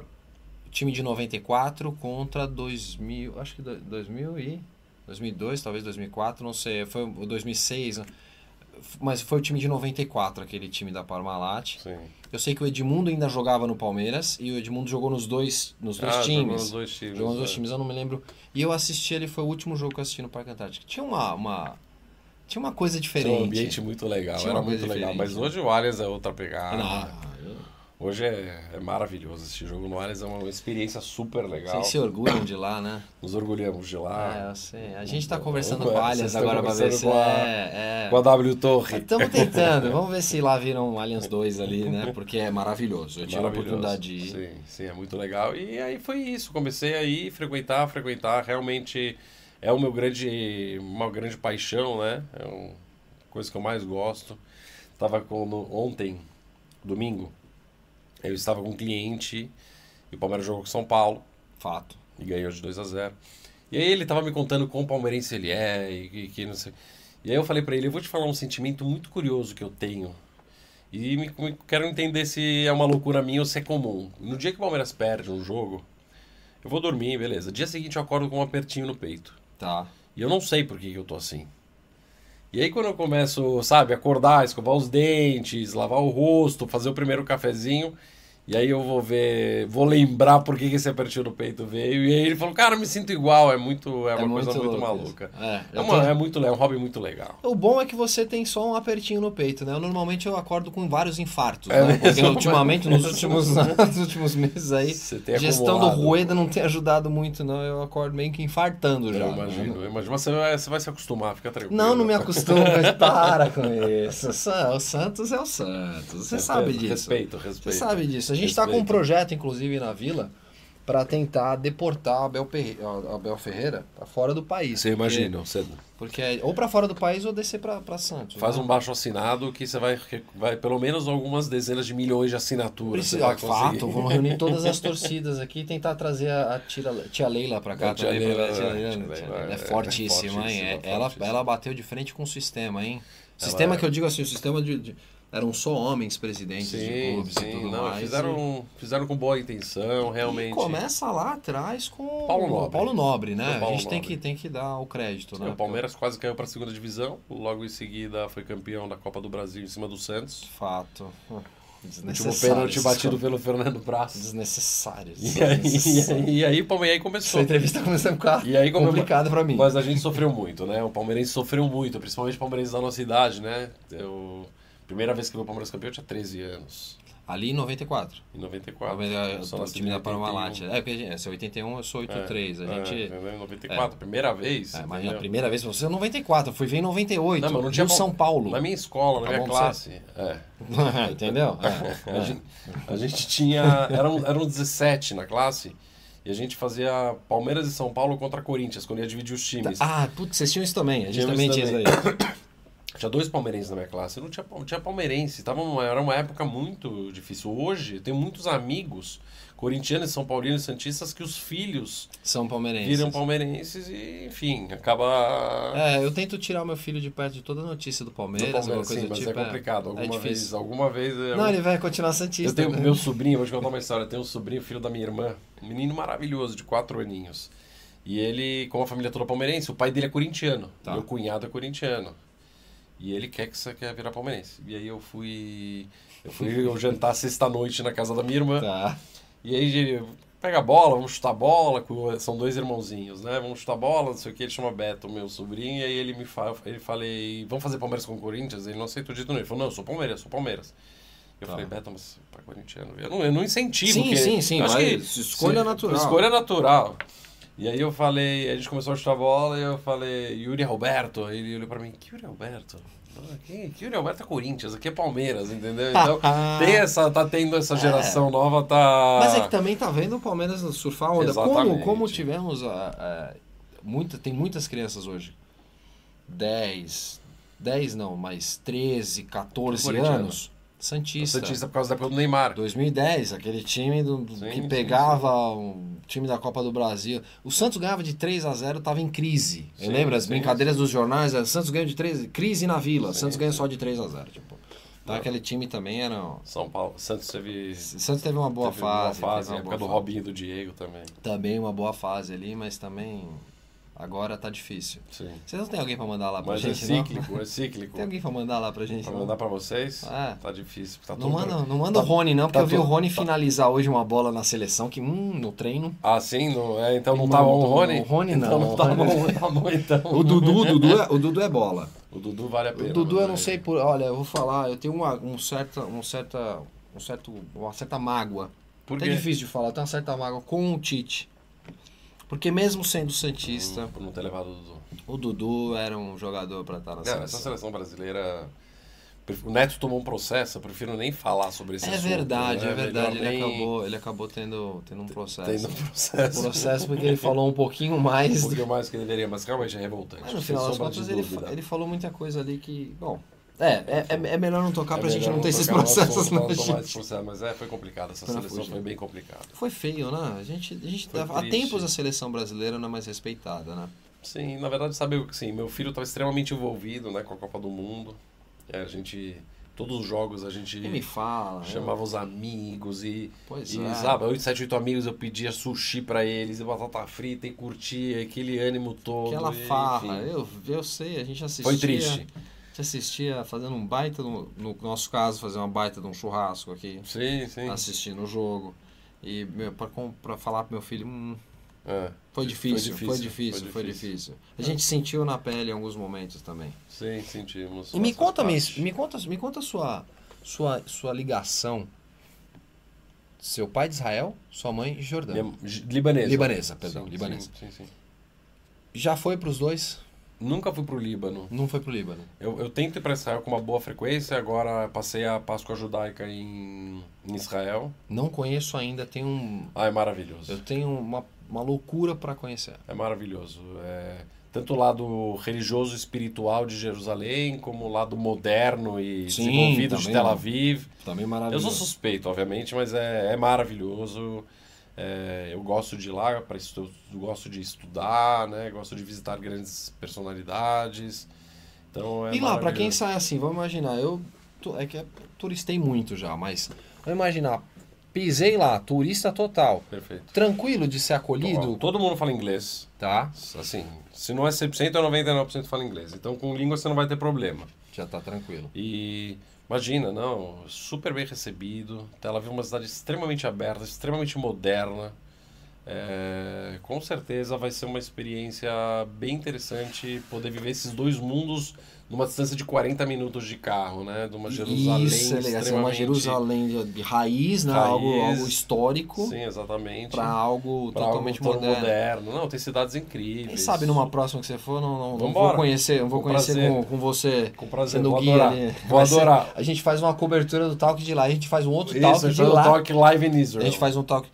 o time de 94 contra 2000, acho que do- 2000 e 2002, talvez 2004, não sei, foi o 2006, né? F- mas foi o time de 94, aquele time da Parmalat.
Sim. um
Eu sei que o Edmundo ainda jogava no Palmeiras e o Edmundo jogou nos dois, nos dois
Ah, jogou
times.
nos dois times.
Jogou nos dois
é.
times, eu não me lembro. E eu assisti, ele foi o último jogo que eu assisti no Parque Antártico. Tinha uma, uma- tinha uma coisa
Tinha
diferente.
um ambiente muito legal,
Tinha uma
era
coisa
muito legal.
diferente,
Mas
né?
hoje o Allianz é outra
Ah,
pegada.
não.
Hoje é, é maravilhoso esse jogo no Allianz, é uma experiência super legal.
Vocês se orgulham de lá, né?
Nos orgulhamos de lá.
é, eu sei. A gente tá
Não,
conversando
não é,
com o
Ah. vocês
Allianz
estão
agora pra ver
conversando
se
com a-
é.
Com a W Torre.
Estamos tentando, vamos ver se lá viram um Allianz 2 ali, né? Porque é maravilhoso. Eu tive a
Maravilhoso.
oportunidade de ir.
Sim, sim, é muito legal. E aí foi isso. Comecei a ir, frequentar, frequentar. Realmente é o meu grande, uma grande paixão, né? É uma coisa que eu mais gosto. Tava com no- ontem, domingo, eu estava com um cliente e o Palmeiras jogou com São Paulo
Fato.
e ganhou de 2 a 0 E aí ele tava me contando quão palmeirense ele é e que, que não sei. E aí eu falei pra ele, eu vou te falar um sentimento muito curioso que eu tenho. E me, me- quero entender se é uma loucura minha ou se é comum. No dia que o Palmeiras perde um jogo, eu vou dormir, beleza. Dia seguinte eu acordo com um apertinho no peito.
Tá.
E eu não sei por que que eu tô assim. E aí quando eu começo, sabe, acordar, escovar os dentes, lavar o rosto, fazer o primeiro cafezinho, e aí eu vou ver, vou lembrar por que que esse apertinho no peito veio. E aí ele falou, cara, eu me sinto igual, é muito, é, uma coisa muito
louco
maluca.
isso. É,
É,
eu
uma-
tô-
é muito legal, é um hobby muito legal.
O bom é que você tem só um apertinho no peito, né? Eu, normalmente eu acordo com vários infartos,
É
né?
mesmo?
Porque ultimamente, nos últimos, nos últimos meses aí,
Você tem
a gestão do
acumulado.
Rueda não tem ajudado muito, não. Eu acordo meio que infartando já. né?
Eu imagino, eu imagino. Mas você vai, você vai se acostumar, fica tranquilo.
Não, não me acostumo, mas para com isso. Sa- O Santos é o Santos, você sabe disso.
Respeito,
Você
respeito.
sabe disso. A gente está com um
Respeito.
projeto, inclusive, na Vila, para tentar deportar a Abel, Perre... a Abel Ferreira para fora do país.
Você
porque-
imagina, você
Porque, é ou para fora do país ou descer para Santos.
faz
né?
um baixo assinado que você vai, vai pelo menos algumas dezenas de milhões de assinaturas.
Preciso,
você vai
ah,
conseguir.
fato, vamos reunir todas as torcidas aqui e tentar trazer a, a tira, tia Leila pra cá
A tia
também. pra ver-
Leila,
tia
é,
Leila,
tia
tia
Leila,
Leila é
é
fortíssima,
fortíssima,
hein? É- Ela,
fortíssima.
ela bateu de frente com o sistema, hein? Sistema
é.
que eu digo assim, o sistema de, de- eram só homens presidentes de
Sim,
clubes e
sim,
tudo
não,
mais. e-
fizeram, um, fizeram com boa intenção, realmente.
E começa lá atrás com o
Paulo Nobre.
Paulo Nobre, né?
O Paulo
a gente tem
Nobre.
que, tem que dar o crédito, né?
O Palmeiras quase caiu para a segunda divisão, logo em seguida foi campeão da Copa do Brasil em cima do Santos.
Fato. Hum,
Último
Desnecessário.
pênalti
esses
batido
comentários.
pelo Fernando Braço.
Desnecessário.
E aí, e
desnecessário.
aí, e aí, Palme- e aí começou.
Essa entrevista começou a ficar
E aí, como- é
complicada pra mim.
Mas a gente sofreu muito, né? O palmeirense sofreu muito, principalmente o palmeirense da nossa idade, né? Eu... Primeira vez que eu vi o Palmeiras campeão eu tinha 13 anos,
Ali em 94.
em 94.
Palmeiras-
Eu só
é, o
nasci
time
em
da
81.
Parmalat. É, porque a gente, esse é 81, eu sou 83. a
É,
gente.
eu lembro em 94, primeira vez.
É, imagina,
entendeu?
a primeira vez que você é 94, eu fui ver em 98.
Não, mas não
no
tinha
São Paulo.
Na minha escola, na
Tá
minha
bom pra
classe. É.
Entendeu? É,
A,
é.
gente, a gente tinha. um, Eram, eram 17 na classe. E a gente fazia Palmeiras e São Paulo contra Corinthians, quando ia dividir os times.
Ah, putz, vocês tinham isso também. A gente
Tínhamos
também tinha isso daí.
Tinha dois palmeirenses na minha classe. Não tinha, pal- tinha palmeirense. Tava uma- era uma época muito difícil. Hoje, eu tenho muitos amigos corintianos, são paulinos, santistas, que os filhos
São palmeirenses.
viram palmeirenses e, enfim, acaba.
É, eu tento tirar meu filho de perto de toda notícia do Palmeiras,
do
alguma
Palmeiras,
coisa
sim,
do
mas
tipo.
é complicado.
é
Alguma
difícil.
vez, alguma vez. é
Não, ele vai continuar Santista.
Eu tenho
né?
meu sobrinho, vou te contar uma história. Eu tenho um sobrinho, filho da minha irmã, um menino maravilhoso, de quatro aninhos. E ele, com a família toda palmeirense, o pai dele é corintiano.
Tá.
Meu cunhado é corintiano. E ele quer que você quer virar palmeirense. E aí eu fui. Eu fui eu jantar sexta-noite na casa da minha irmã.
Tá.
E aí ele pega a bola, vamos chutar a bola, com- são dois irmãozinhos, né? Vamos chutar a bola, não sei o que, ele chama Beto, meu sobrinho, e aí ele me fala, ele falei, vamos fazer Palmeiras com o Corinthians? Ele não aceitou de novo. Ele falou, não, eu sou Palmeiras, eu sou Palmeiras. Eu falei, Beto, mas pra corintiano, eu não, eu não incentivo.
Tá. Sim,
porque-
sim, sim,
eu acho
mas
que-
escolha natural.
Escolha natural. E aí eu falei, a gente começou a chutar a bola e eu falei, Yuri Alberto. Aí Ele olhou pra mim, que Yuri Alberto? Ah, Quem? Que Yuri Alberto é Corinthians, aqui é Palmeiras, entendeu? Então, tem essa, tá tendo essa geração nova, tá.
Mas é que também tá vendo o Palmeiras surfar a onda. Como,
Exatamente.
como tivemos a, a- muita, tem muitas crianças hoje. 10, 10 não, mas 13, 14
Corintiano.
anos. Santista.
Santista por causa da época do Neymar.
2010, aquele time do, do-
Sim,
que
sim,
pegava um time da Copa do Brasil. O Santos ganhava de 3 a 0 tava em crise. Eu
Sim,
lembro as
sim,
brincadeiras dos jornais, era Santos ganha de 3, crise na Vila.
Sim,
Santos ganha
sim.
só de 3 a 0 tipo. Então
Não.
aquele time também era, um-
São Paulo. Santos teve.
Santos teve uma boa
teve
fase,
Boa fase,
teve uma
a época
boa
do
fase.
Robinho e do Diego também.
também uma boa fase ali, mas também agora tá difícil.
Sim.
Vocês não tem alguém pra mandar lá pra
Mas é
gente, não?
cíclico, é cíclico.
Tem alguém pra mandar lá pra gente,
Pra
não?
mandar pra vocês?
É.
Tá difícil. Tá
Não
tudo-
manda, não manda
tá-
o Rony, não, porque
tá
eu vi o
tudo-
Rony
tá-
finalizar hoje uma bola na seleção que, hum, no treino.
Ah, sim? Não, é, então não tá bom o Rony?
O Rony não,
Então
o
não tá
Rony
bom, tá bom então.
O Dudu, o Dudu, é, o Dudu é bola.
O Dudu vale a
O
pena.
Dudu,
mas
eu não
é-
sei por. Olha, eu vou falar, eu tenho uma, um certa, um certa, um certo, uma certa mágoa.
Por
Até
quê?
difícil de falar, eu tenho uma certa mágoa com o Tite. Porque mesmo sendo santista,
Por não ter levado o Dudu.
o Dudu era um jogador pra estar na
Não, então essa
seleção.
seleção brasileira. O Neto tomou um processo, eu prefiro nem falar sobre esse
É
assunto,
verdade,
né?
é verdade.
Melhor
Ele
nem-
acabou, ele acabou tendo, tendo um processo.
Tendo um processo.
Um processo porque ele falou um pouquinho mais.
Um
do-
pouquinho mais que deveria, mas realmente é revoltante.
Mas no
sem
final das
sombra de
contas ele, fa-
dúvida.
ele falou muita coisa ali que. Bom. É, é, é é melhor não tocar
É
pra gente
melhor
não ter esses
tocar no
processos,
assunto,
né,
não tomar
gente?
esses processos, Mas é, foi complicado. Essa
Pra
seleção
fugir.
foi bem complicada.
Foi feio, né? A gente, a gente
Foi
tava, há
triste.
tempos a seleção brasileira não é mais respeitada, né?
Sim, na verdade, sabe o que? Sim, meu filho estava extremamente envolvido né, com a Copa do Mundo. É, a gente. Todos os jogos a gente
Quem me fala?
chamava os amigos e.
eu- Pois
E,
é.
sabe, 8, 7, 8 amigos eu pedia sushi pra eles, e batata frita, e curtia, aquele ânimo todo.
Aquela
e,
farra.
enfim.
Eu, eu sei, a gente assistia.
Foi triste.
A gente assistia fazendo um baita, no, no nosso caso, fazer uma baita de um churrasco aqui,
Sim, sim.
assistindo o jogo. E meu, pra, com- pra falar pro meu filho, hum,
É,
foi difícil,
difícil,
foi difícil, foi
foi
difícil. A gente sentiu na pele em alguns momentos também.
sim, sentimos.
E me
essa
conta, me,
parte.
me conta, me conta sua, sua, sua ligação. Seu pai de Israel, sua mãe Jordânia.
Minha- j- Libanesa.
Libanesa, perdão,
Sim,
libanesa.
Sim, sim, sim.
Já foi pros dois?
Nunca fui pro Líbano.
Não foi pro Líbano.
Eu, eu tento ir pra Israel com uma boa frequência, agora passei a Páscoa judaica em, em Israel.
Não conheço ainda, tenho um,
Ah, é maravilhoso.
eu tenho uma, uma loucura pra conhecer.
É maravilhoso. É, tanto o lado religioso e espiritual de Jerusalém, como o lado moderno e
Sim,
desenvolvido de
também,
Tel
né?
Aviv.
Também
Eu
maravilhoso.
sou suspeito, obviamente, mas é, é maravilhoso. É, eu gosto de ir lá, pra estu- gosto de estudar, né? Gosto de visitar grandes personalidades. Então é
e lá, pra
maravilhoso.
quem sai assim, vamos imaginar, eu tu- é que eu turistei muito já, mas vamos imaginar, pisei lá, turista total,
Perfeito.
tranquilo de ser
Bom,
acolhido,
todo mundo fala inglês.
tá?
Assim, se não é 100%, é 99% fala inglês. Então com língua você não vai ter problema.
Já tá tranquilo.
E imagina, não, super bem recebido. Tel Aviv é uma cidade extremamente aberta, extremamente moderna. É, com certeza vai ser uma experiência bem interessante poder viver esses dois mundos numa distância de 40 minutos de carro, né? De uma Jerusalém
Isso, é legal. assim, uma
extremamente-
Jerusalém de- de raiz, né?
Raiz.
Algo, algo histórico
Sim, exatamente.
pra algo
Pra
totalmente
algo todo
moderno.
Não, tem cidades incríveis.
Quem sabe numa próxima que você for, não, não, não vou
Vambora.
conhecer, não vou
Com
conhecer
prazer.
com, com você
Com prazer,
sendo
vou
guia
adorar.
ali.
Vou
Vai ser-
adorar.
A gente faz uma cobertura do talk de lá, a gente faz um outro
Isso,
talk
a gente
de
faz um
lá.
talk live in
A
Israel.
gente faz um talk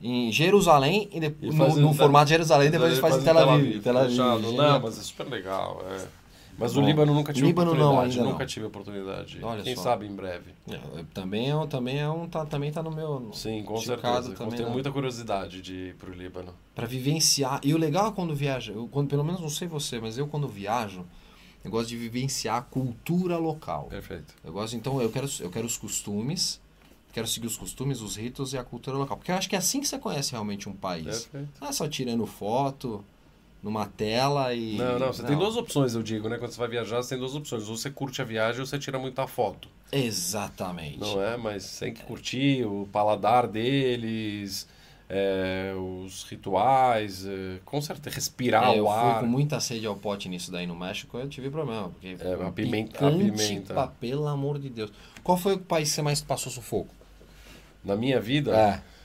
em Jerusalém, e depois,
E
no,
faz um em
no
Tel-
formato de Jerusalém, depois a gente faz em Tel Aviv. né? Tel Aviv,
fechado.
genial.
Não, mas é super legal. é. Mas
Bom,
o Líbano nunca tive
Líbano não,
oportunidade.
ainda
nunca
não.
tive oportunidade.
Olha
Quem
só.
sabe em breve.
É, também é um, também é um tá, também tá no meu
né? Sim, com
Chicago
certeza.
também
eu tenho
não.
muita curiosidade de ir pro Líbano.
Pra vivenciar. E o legal é quando viaja, eu, quando pelo menos não sei você, mas eu quando viajo, eu gosto de vivenciar a cultura local.
Perfeito.
Eu gosto, então eu quero, eu quero os costumes, quero seguir os costumes, os ritos e a cultura local, porque eu acho que é assim que você conhece realmente um país.
Perfeito.
Não é só tirando foto, numa tela e.
Não, não, você tem duas opções, eu digo, né? Quando você vai viajar, você tem duas opções. Ou você curte a viagem ou você tira muita foto.
Exatamente.
Não é? Mas tem que curtir o paladar deles, é, os rituais, é, com certeza, respirar
É, eu
o
fui
ar.
com muita sede ao pote nisso daí no México, eu tive problema, porque ficou
a pimenta- a
picante
pimenta.
pra- pelo amor de Deus. Qual foi o país que você mais passou sufoco?
Na minha vida.
É.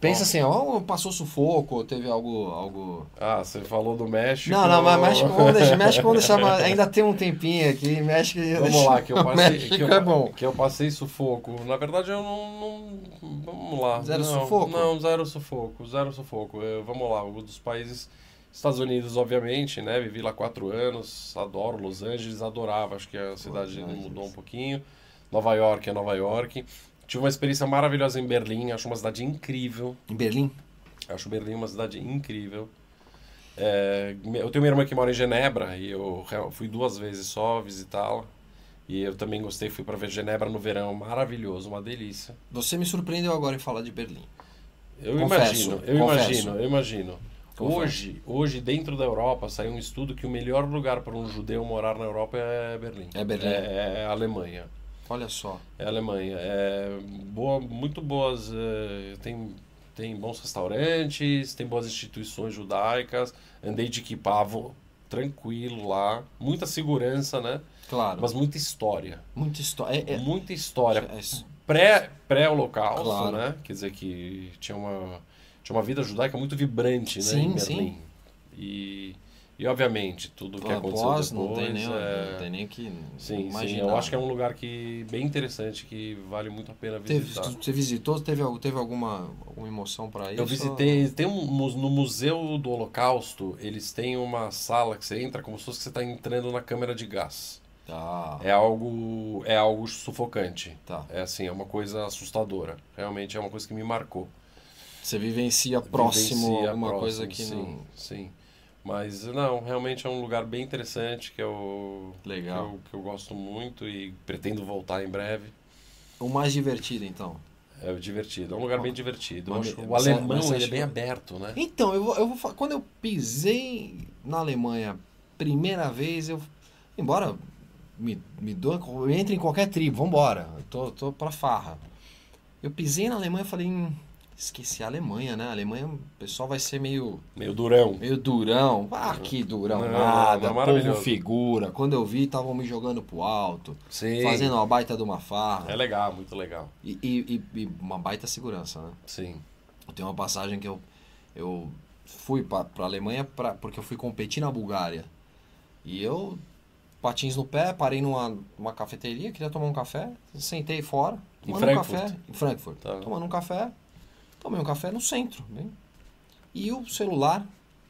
Pensa assim, ó, passou sufoco, ou teve algo, algo...
Ah, você falou do México.
Não, não, mas México, vamos deixar, México vamos deixar, mais- ainda tem um tempinho aqui, México...
Vamos lá, que eu passei,
é México
que eu,
é bom.
que eu passei sufoco. Na verdade, eu não. não- vamos lá.
Zero
não,
sufoco?
Não, zero sufoco, zero sufoco. Eh, vamos lá, um dos países. Estados Unidos, obviamente, né? Vivi lá quatro anos, adoro Los Angeles, adorava. Acho que a cidade
Angeles.
mudou um pouquinho. Nova York é Nova York. Tive uma experiência maravilhosa em Berlim, acho uma cidade incrível.
Em Berlim?
Acho Berlim uma cidade incrível. É, me- eu tenho minha irmã que mora em Genebra e eu re- fui duas vezes só visitá-la. E eu também gostei, fui para ver Genebra no verão, maravilhoso, uma delícia.
Você me surpreendeu agora em falar de Berlim.
Eu
Confesso,
imagino, eu
confesso.
imagino, eu imagino.
Confesso.
Hoje, hoje dentro da Europa saiu um estudo que o melhor lugar para um judeu morar na Europa é Berlim.
É Berlim.
É, é a Alemanha.
Olha só.
É a Alemanha. É boa, muito boas. eh, tem, tem bons restaurantes, tem boas instituições judaicas. Andei de equipavo tranquilo lá. Muita segurança, né?
Claro,
Mas muita história.
muita história. É, é-
Muita história.
é isso.
Pré, pré-holocausto,
Claro.
né? Quer dizer que tinha uma, tinha uma vida judaica muito vibrante, né?
Sim,
em
sim.
Berlim. E, e, obviamente, tudo que aconteceu
é, Após, não tem
depois,
nem,
é,
não tem nem o que
Sim, sim.
imaginar.
Eu acho que é um lugar que bem interessante, que vale muito a pena
Teve,
visitar.
você visitou? Teve, al- teve alguma, alguma emoção pra isso?
Eu visitei, tem um, mu- no Museu do Holocausto, eles têm uma sala que você entra como se fosse que você está entrando na câmara de gás.
Tá,
É algo, é algo sufocante.
tá.
É assim, é uma coisa assustadora. Realmente é uma coisa que me marcou.
Você vivencia próximo
Vivencia
alguma
próximo,
coisa que
sim,
não...
Sim, Mas não, realmente é um lugar bem interessante que eu, que
Legal.
eu, que eu gosto muito e pretendo voltar em breve.
O mais divertido, então.
É divertido, é um lugar bem divertido. Eu
Mas-
acho que o
mas-
alemão
mas você
ele é
acha-
bem aberto, né?
Então, eu vou, eu vou fa- quando eu pisei na Alemanha primeira vez, eu embora me, me doa, eu entre em qualquer tribo, vambora, eu tô, tô pra farra. Eu pisei na Alemanha e falei, "Hum, esqueci a Alemanha, né? A Alemanha, o pessoal vai ser meio,
Meio durão.
meio durão. Ah, que durão,
Não,
nada,
é
povo
maravilhoso.
figura. Quando eu vi, estavam me jogando pro alto,
Sim.
fazendo uma baita de uma farra.
É legal, muito legal.
E, e- e- e uma baita segurança, né?
Sim.
Eu tenho uma passagem que eu, eu fui para a Alemanha pra, porque eu fui competir na Bulgária. E eu, patins no pé, parei numa, numa cafeteria, queria tomar um café, sentei fora,
Em
tomando um
Frankfurt?
café em Frankfurt.
Tá.
Tomando um café, tomei um café no centro. Bem. E o celular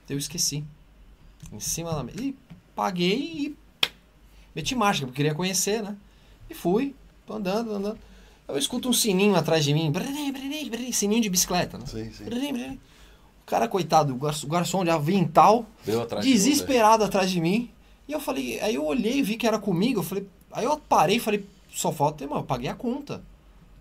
eu esqueci. Em cima da mesa. E paguei e meti marcha, porque eu queria conhecer, né? E fui, tô andando, andando. Eu escuto um sininho atrás de mim, brrr, brrr, brrr, sininho de bicicleta, né?
Sim, sim.
Brrr, brrr. O cara, coitado, o gar- o garçom de avental,
Deu atrás de né?
desesperado atrás de mim. E eu falei, aí eu olhei e vi que era comigo, eu falei, aí eu parei e falei, só falta, mano, eu paguei a conta.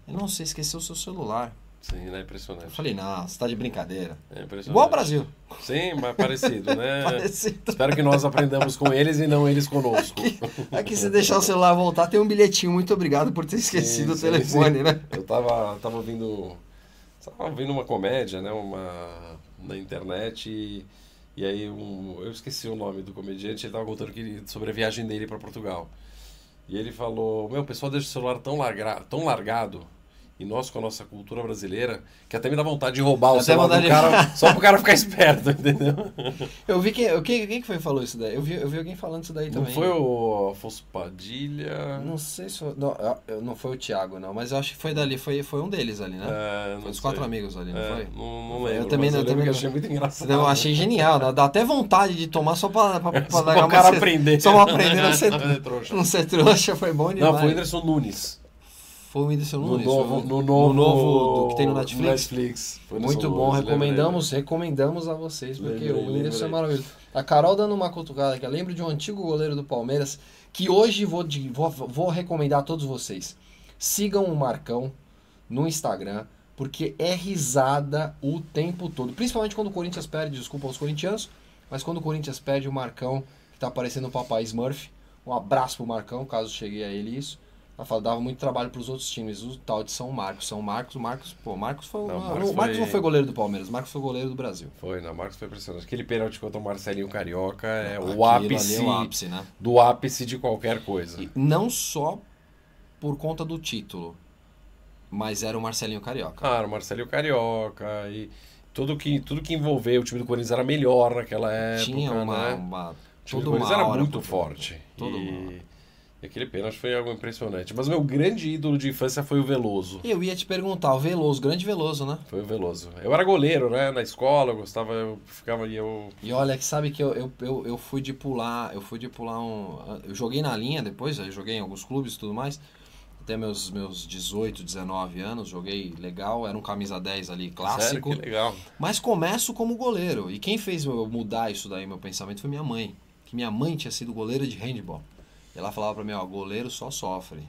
Ele, não, você esqueceu o seu celular.
você. Sim, né?
Eu
Impressionante.
falei, não, você tá de brincadeira.
É impressionante.
Igual o Brasil.
Sim, mas parecido, né?
Parecido.
Espero que nós aprendamos com eles e não eles conosco.
Aqui se deixar o celular voltar, tem um bilhetinho, muito obrigado por ter esquecido
Sim,
o
sim,
telefone,
sim.
né?
É, Eu tava, tava ouvindo. Tava ouvindo uma comédia, né? Uma. na internet e. e aí um, eu esqueci o nome do comediante, ele tava contando que, ele- sobre a viagem dele para Portugal. E ele falou, meu, o pessoal deixa o celular tão, larga, tão largado, e nós com a nossa cultura brasileira, que até me dá vontade de roubar o
Até
celular do
vontade de-
cara, só pro cara ficar esperto, entendeu?
Eu vi quem, eu- quem, quem que foi que falou isso daí? Eu vi, eu vi alguém falando isso daí
Não
também.
foi o Afonso Padilha?
Não sei se foi, não, eu- eu- não foi o Thiago, não, mas eu acho que foi dali, foi, foi um deles ali, né?
É,
foi
não
os
sei.
quatro amigos ali, não
É,
foi?
Não, não
Eu
lembro.
também
mas
não-
eu lembro
também
que
não-
achei muito engraçado.
Não, eu achei genial, dá- dá até vontade de tomar só pra, pra, pra
Só
dar
pra
uma
o cara
cê-
aprender.
Só pra aprender, não ser,
Fazer trouxa.
não ser trouxa, foi bom demais.
Não, foi o Anderson Nunes.
Foi o Whindersson
No
Nunes, foi
novo,
o-
no novo,
no novo do que tem no Netflix.
Netflix. Foi o Anderson
Muito bom,
Nunes, lembra
recomendamos, recomendamos a vocês, porque
Lembrei,
o Whindersson
lembrei.
é maravilhoso. A Carol dando uma cutucada aqui, eu lembro de um antigo goleiro do Palmeiras, que hoje vou, de- vou, vou recomendar a todos vocês. Sigam o Marcão no Instagram, porque é risada o tempo todo. Principalmente quando o Corinthians perde, desculpa aos corintianos, Mas quando o Corinthians perde o Marcão, que tá parecendo o papai Smurf, um abraço pro Marcão, caso cheguei a ele isso. Ela fala, dava muito trabalho pros outros times, o tal de São Marcos. São Marcos, o Marcos, pô, o Marcos foi.
Não,
ah,
o
o
Marcos
Marcos, não
foi-
foi goleiro do Palmeiras, o Marcos foi goleiro do Brasil.
Foi, na Marcos foi impressionante. Aquele pênalti contra o Marcelinho Carioca é
Aquilo
o
ali
ápice,
é o ápice, né?
do ápice de qualquer coisa.
Não só por conta do título, mas era o Marcelinho Carioca.
Cara, o Marcelinho Carioca e tudo que, tudo que envolveu o time do Corinthians era melhor naquela época,
Tinha uma.
né?
uma
O time
toda
do Corinthians
uma
era
aura
muito
por conta.
forte.
Toda
e...
uma aura.
e aquele pênalti foi algo impressionante. Mas o meu grande ídolo de infância foi o Veloso.
Eu ia te perguntar, o Veloso, grande Veloso, né?
Foi o Veloso. Eu era goleiro, né? Na escola, eu gostava, eu ficava ali, eu
E olha, que sabe que eu, eu, eu, eu fui de pular, eu fui de pular um. Eu joguei na linha depois, aí joguei em alguns clubes e tudo mais. Até meus, meus 18, 19 anos, joguei legal, era um camisa 10 ali
Sério,
clássico.
que legal.
Mas começo como goleiro. E quem fez eu mudar isso daí, meu pensamento, foi minha mãe. Que minha mãe tinha sido goleira de handball. E ela falava pra mim, ó, goleiro só sofre.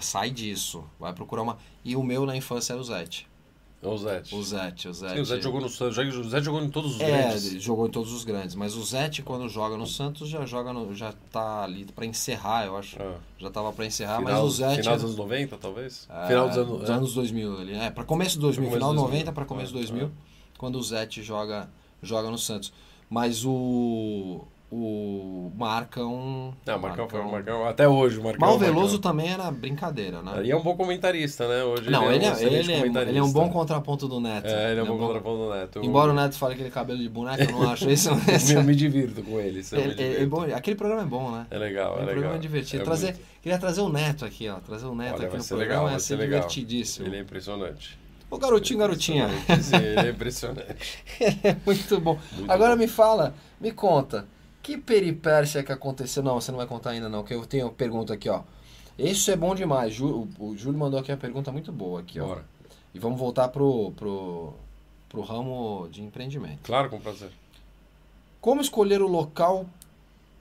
Sai disso, vai procurar uma. E o meu na infância era o Zete.
É O Zete.
O Zete, o Zete.
Sim, o Zete jogou no Santos, o Zete jogou em todos os
É,
grandes.
ele jogou em todos os grandes, mas o Zete quando joga no Santos já joga no, já tá ali pra encerrar, eu acho.
Ah.
Já tava pra encerrar,
Final,
mas o Zete
final dos anos 90, talvez?
é,
final dos anos...
dos anos 2000 ali, é, para começo de 2000,
Pra começo
final 90
de 2000,
pra começo de
é,
2000, quando o Zete joga joga no Santos. Mas o o Marcão,
Não, o Marcão foi o Marcão. Até hoje, o Marcão.
Mal
o Marcão.
Veloso também era brincadeira, né?
E é um bom comentarista, né? Hoje
Não, ele
um
é,
excelente
ele, é,
comentarista.
ele é um bom contraponto do Neto.
É, ele é um bom contraponto do Neto. Eu-
Embora o Neto fale que ele é cabelo de boneca, eu não acho isso. Mas...
Eu me divirto com ele. isso eu me
É- é- é
divirto.
bom, aquele programa é bom, né?
É
É
legal, é
um
legal.
programa divertido.
É
Trazer-
muito.
Queria trazer o Neto aqui, ó. Trazer o Neto
Olha,
aqui
vai
no
ser
programa
legal,
ia
vai
ser
ser legal.
divertidíssimo.
Ele é impressionante.
Ô garotinho, garotinha. né?
Sim, ele é impressionante.
Muito bom. Agora me fala, me conta, que peripécia que aconteceu? Não, você não vai contar ainda não, que eu tenho uma pergunta aqui, ó. Isso é bom demais. Ju- o, o Júlio mandou aqui uma pergunta muito boa aqui, ó.
Bora.
E vamos voltar pro, pro, pro ramo de empreendimento.
Claro, com prazer.
Como escolher o local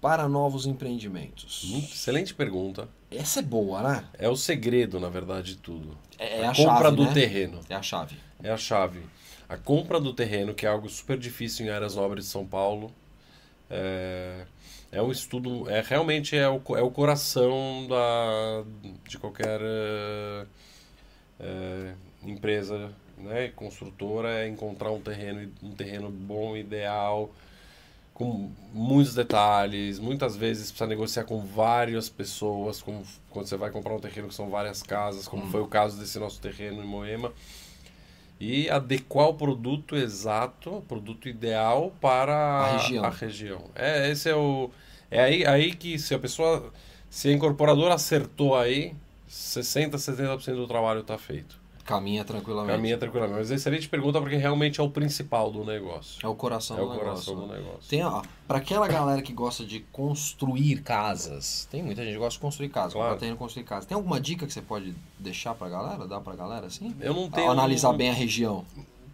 para novos empreendimentos?
Muito Excelente pergunta.
Essa é boa, né?
É o segredo, na verdade, de tudo.
É, é a,
compra
chave,
do
né?
terreno.
É a chave.
é a chave. A compra do terreno, que é algo super difícil em áreas nobres de São Paulo, é, é um estudo, é realmente é o, co- é o coração da, de qualquer eh, eh, empresa, né, construtora, é encontrar um terreno, um terreno bom, ideal, com muitos detalhes. Muitas vezes precisa negociar com várias pessoas, como f- quando você vai comprar um terreno que são várias casas,
Hum.
como foi o caso desse nosso terreno em Moema e adequar o produto exato, o produto ideal para
A região.
região. É, esse é o é aí, aí que se a pessoa, se a incorporadora acertou aí, 60, 70% do trabalho está feito.
Caminha tranquilamente.
Caminha tranquilamente. Mas excelente pergunta porque realmente é o principal do negócio.
É o coração
É o
do
coração
negócio.
do
né?
negócio.
Tem, ó, pra aquela galera que gosta de construir casas, tem muita gente que gosta de construir casas,
Claro.
comprar terreno e construir casa. Tem alguma dica que você pode deixar pra galera, dar pra galera assim?
Eu não um tenho
Analisar bem a região.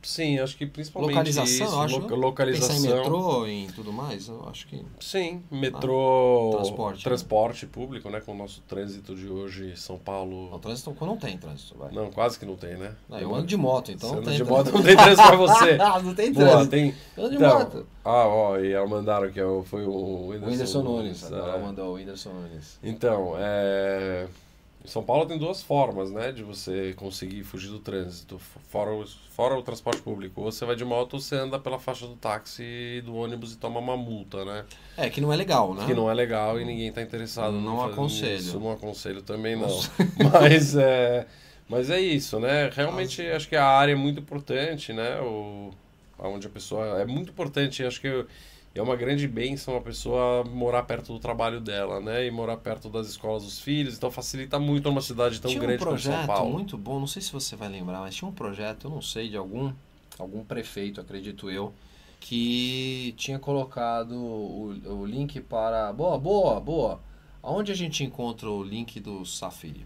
Sim, acho que principalmente
Localização,
isso,
eu acho.
loca-
né?
localização.
Pensar em metrô, em tudo mais, eu acho que.
Sim, metrô,
Transporte. né?
transporte público, né, com o nosso trânsito de hoje, São
O
Paulo.
trânsito não tem trânsito, vai.
Não, quase que não tem, né?
Não, eu ando de moto, então
Você
não
anda
tem
de
trânsito. Ah,
moto, não tem trânsito pra você.
não tem
Boa,
trânsito.
tem.
Eu ando de
Então,
moto.
Ah, ó, e ela mandaram que é o- foi o
O
Whindersson,
Whindersson Nunes,
é.
agora mandou o Whindersson Nunes.
Então, é. em São Paulo tem duas formas, né, de você conseguir fugir do trânsito, f- fora o, fora o transporte público. Ou você vai de moto ou você anda pela faixa do táxi e do ônibus e toma uma multa, né?
É, que não é legal, né?
Que não é legal e ninguém tá interessado.
Não
fazer
aconselho.
Isso, não aconselho também não. Mas é, mas é isso, né? Realmente acho que a área é muito importante, né? O, onde a pessoa. É muito importante, acho que é uma grande bênção a pessoa morar perto do trabalho dela, né? E morar perto das escolas dos filhos. Então facilita muito numa cidade tão
tinha um
grande como São
projeto
Paulo.
muito bom, não sei se você vai lembrar, mas tinha um projeto, eu não sei, de algum, algum prefeito, acredito eu, que tinha colocado o, o link para. Boa, boa, boa. Aonde a gente encontra o link do Safiri?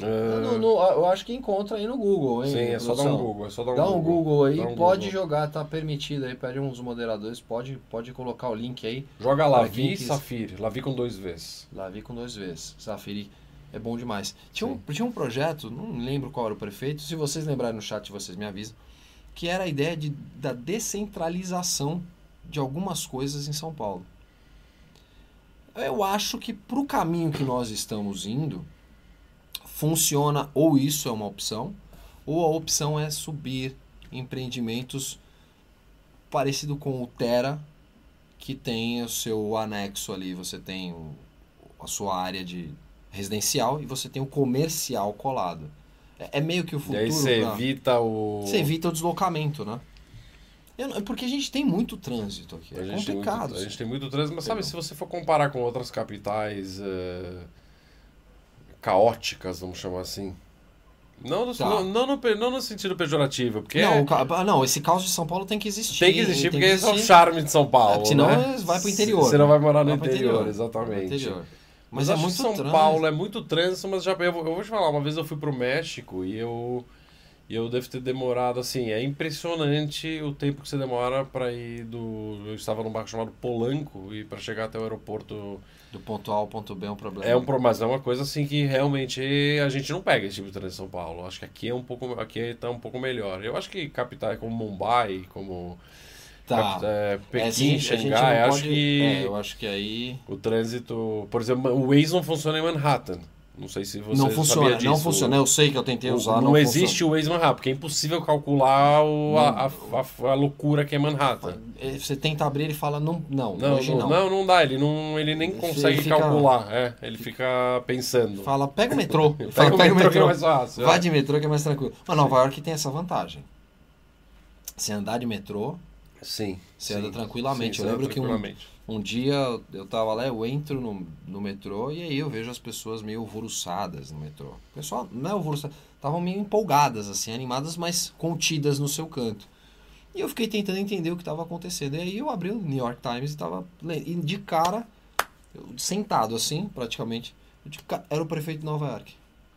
Ah,
No- no- eu acho que encontra aí no Google, hein?
sim, é só dar um
produção?
Google. É só dar um
Dá um Google aí,
Dá um
pode
Google.
jogar, tá permitido aí, pede uns moderadores, pode, pode colocar o link aí.
Joga
Pra
Lavi
quem
e
quis.
Safir. Lavi com dois Vs.
Lavi com dois vezes. Safiri é bom demais. Tinha um, tinha um projeto, não lembro qual era o prefeito, se vocês lembrarem no chat, vocês me avisam, que era a ideia de, da descentralização de algumas coisas em São Paulo. Eu acho que para o caminho que nós estamos indo, funciona ou isso é uma opção, ou a opção é subir empreendimentos parecido com o Terra, que tem o seu anexo ali, você tem o- a sua área de residencial e você tem o comercial colado. É, é meio que o
E
futuro.
aí você
pra-
evita o.
você evita o deslocamento, né? Eu não- porque a gente tem muito trânsito aqui.
A
É
gente, tem muito,
complicado.
a gente tem muito trânsito, mas sabe,
Entendeu?
se você for comparar com outras capitais eh, caóticas, vamos chamar assim. Não no,
Tá.
não, não no pe- não no sentido pejorativo, porque
não,
é-
o ca- ah, não, esse caos de São Paulo tem que existir.
tem que existir,
tem
porque
que
esse é o
existir.
charme de São Paulo.
É, senão
né?
vai pro interior,
Você não
né?
vai morar no
Vai pro
interior,
Vai pro
exatamente.
interior. Mas
Mas,
é
acho que
muito
São
trânsito.
Paulo é muito trânsito, mas já eu vou, eu vou te falar, uma vez eu fui pro México e eu e eu devo ter demorado assim, é impressionante o tempo que você demora para ir do eu estava num barco chamado Polanco e para chegar até o aeroporto
Do ponto A ao ponto B é um problema.
é um pro- mas é uma coisa assim que realmente a gente não pega esse tipo de trânsito em São Paulo. Acho que aqui é um pouco aqui tá um pouco melhor. Eu acho que capitais como Mumbai, como
Tá.
capita- é,
É,
Pequim,
assim, a gente não
Xangai, acho
pode-
que
É, eu acho que aí.
o trânsito, por exemplo, o Waze não funciona em Manhattan. Não sei se você
não
sabia
funciona, não
disso.
funciona. Eu sei que eu tentei
O-
usar.
não,
Não,
existe o Waze Manhattan, porque é impossível calcular o- a, a- a- a loucura que é Manhattan.
funciona. É, Você tenta abrir ele fala, não, não,
Não,
hoje
não,
não.
não, não dá. Ele, não, ele nem
Ele
consegue
fica-
calcular. É, ele fica pensando.
Fala, pega o metrô.
Pega
Fala,
o
pega o
metrô que é
metrô.
mais fácil,
Vai
é.
de metrô que é mais tranquilo. Mas Nova York tem essa vantagem. Você andar de metrô,
Sim.
Você
sim.
anda tranquilamente.
Sim,
Eu
você anda
lembro que um-
tranquilamente.
Um dia eu tava lá, eu entro no, no metrô e aí eu vejo as pessoas meio alvoroçadas no metrô. O pessoal, não é alvoroçada, estavam meio empolgadas, assim, animadas, mas contidas no seu canto. E eu fiquei tentando entender o que estava acontecendo. E aí eu abri o New York Times e tava le- e de cara, eu sentado assim, praticamente, eu de ca- era o prefeito de Nova York.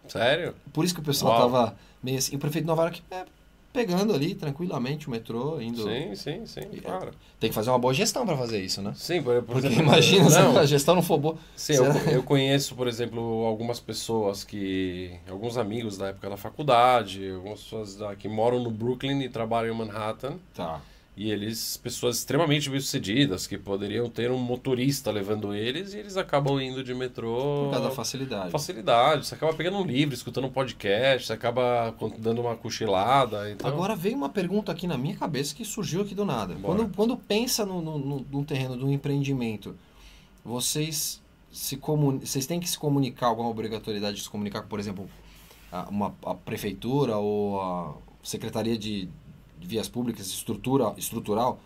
Sério?
Por isso que o pessoal
Uau.
tava meio assim. E o prefeito de Nova York é, pegando ali tranquilamente o metrô, indo.
Sim, sim, sim, claro.
Tem que fazer uma boa gestão para fazer isso, né?
Sim, por, por
Porque
exemplo,
imagina se
não,
a gestão não for boa.
Sim, é eu,
Será?
eu conheço, por exemplo, algumas pessoas que. Alguns amigos da época da faculdade, algumas pessoas da- que moram no Brooklyn e trabalham em Manhattan.
Tá.
E eles, pessoas extremamente bem-sucedidas, que poderiam ter um motorista levando eles, e eles acabam indo de metrô.
Por causa da facilidade.
Facilidade, você acaba pegando um livro, escutando um podcast, você acaba con- dando uma cochilada. Então,
Agora veio uma pergunta aqui na minha cabeça que surgiu aqui do nada.
Bora.
Quando, quando pensa no, no, no, num terreno de um empreendimento, vocês se comun... vocês têm que se comunicar, alguma obrigatoriedade de se comunicar com, por exemplo, a, uma, a prefeitura ou a Secretaria de de Vias Públicas estrutura, estrutural,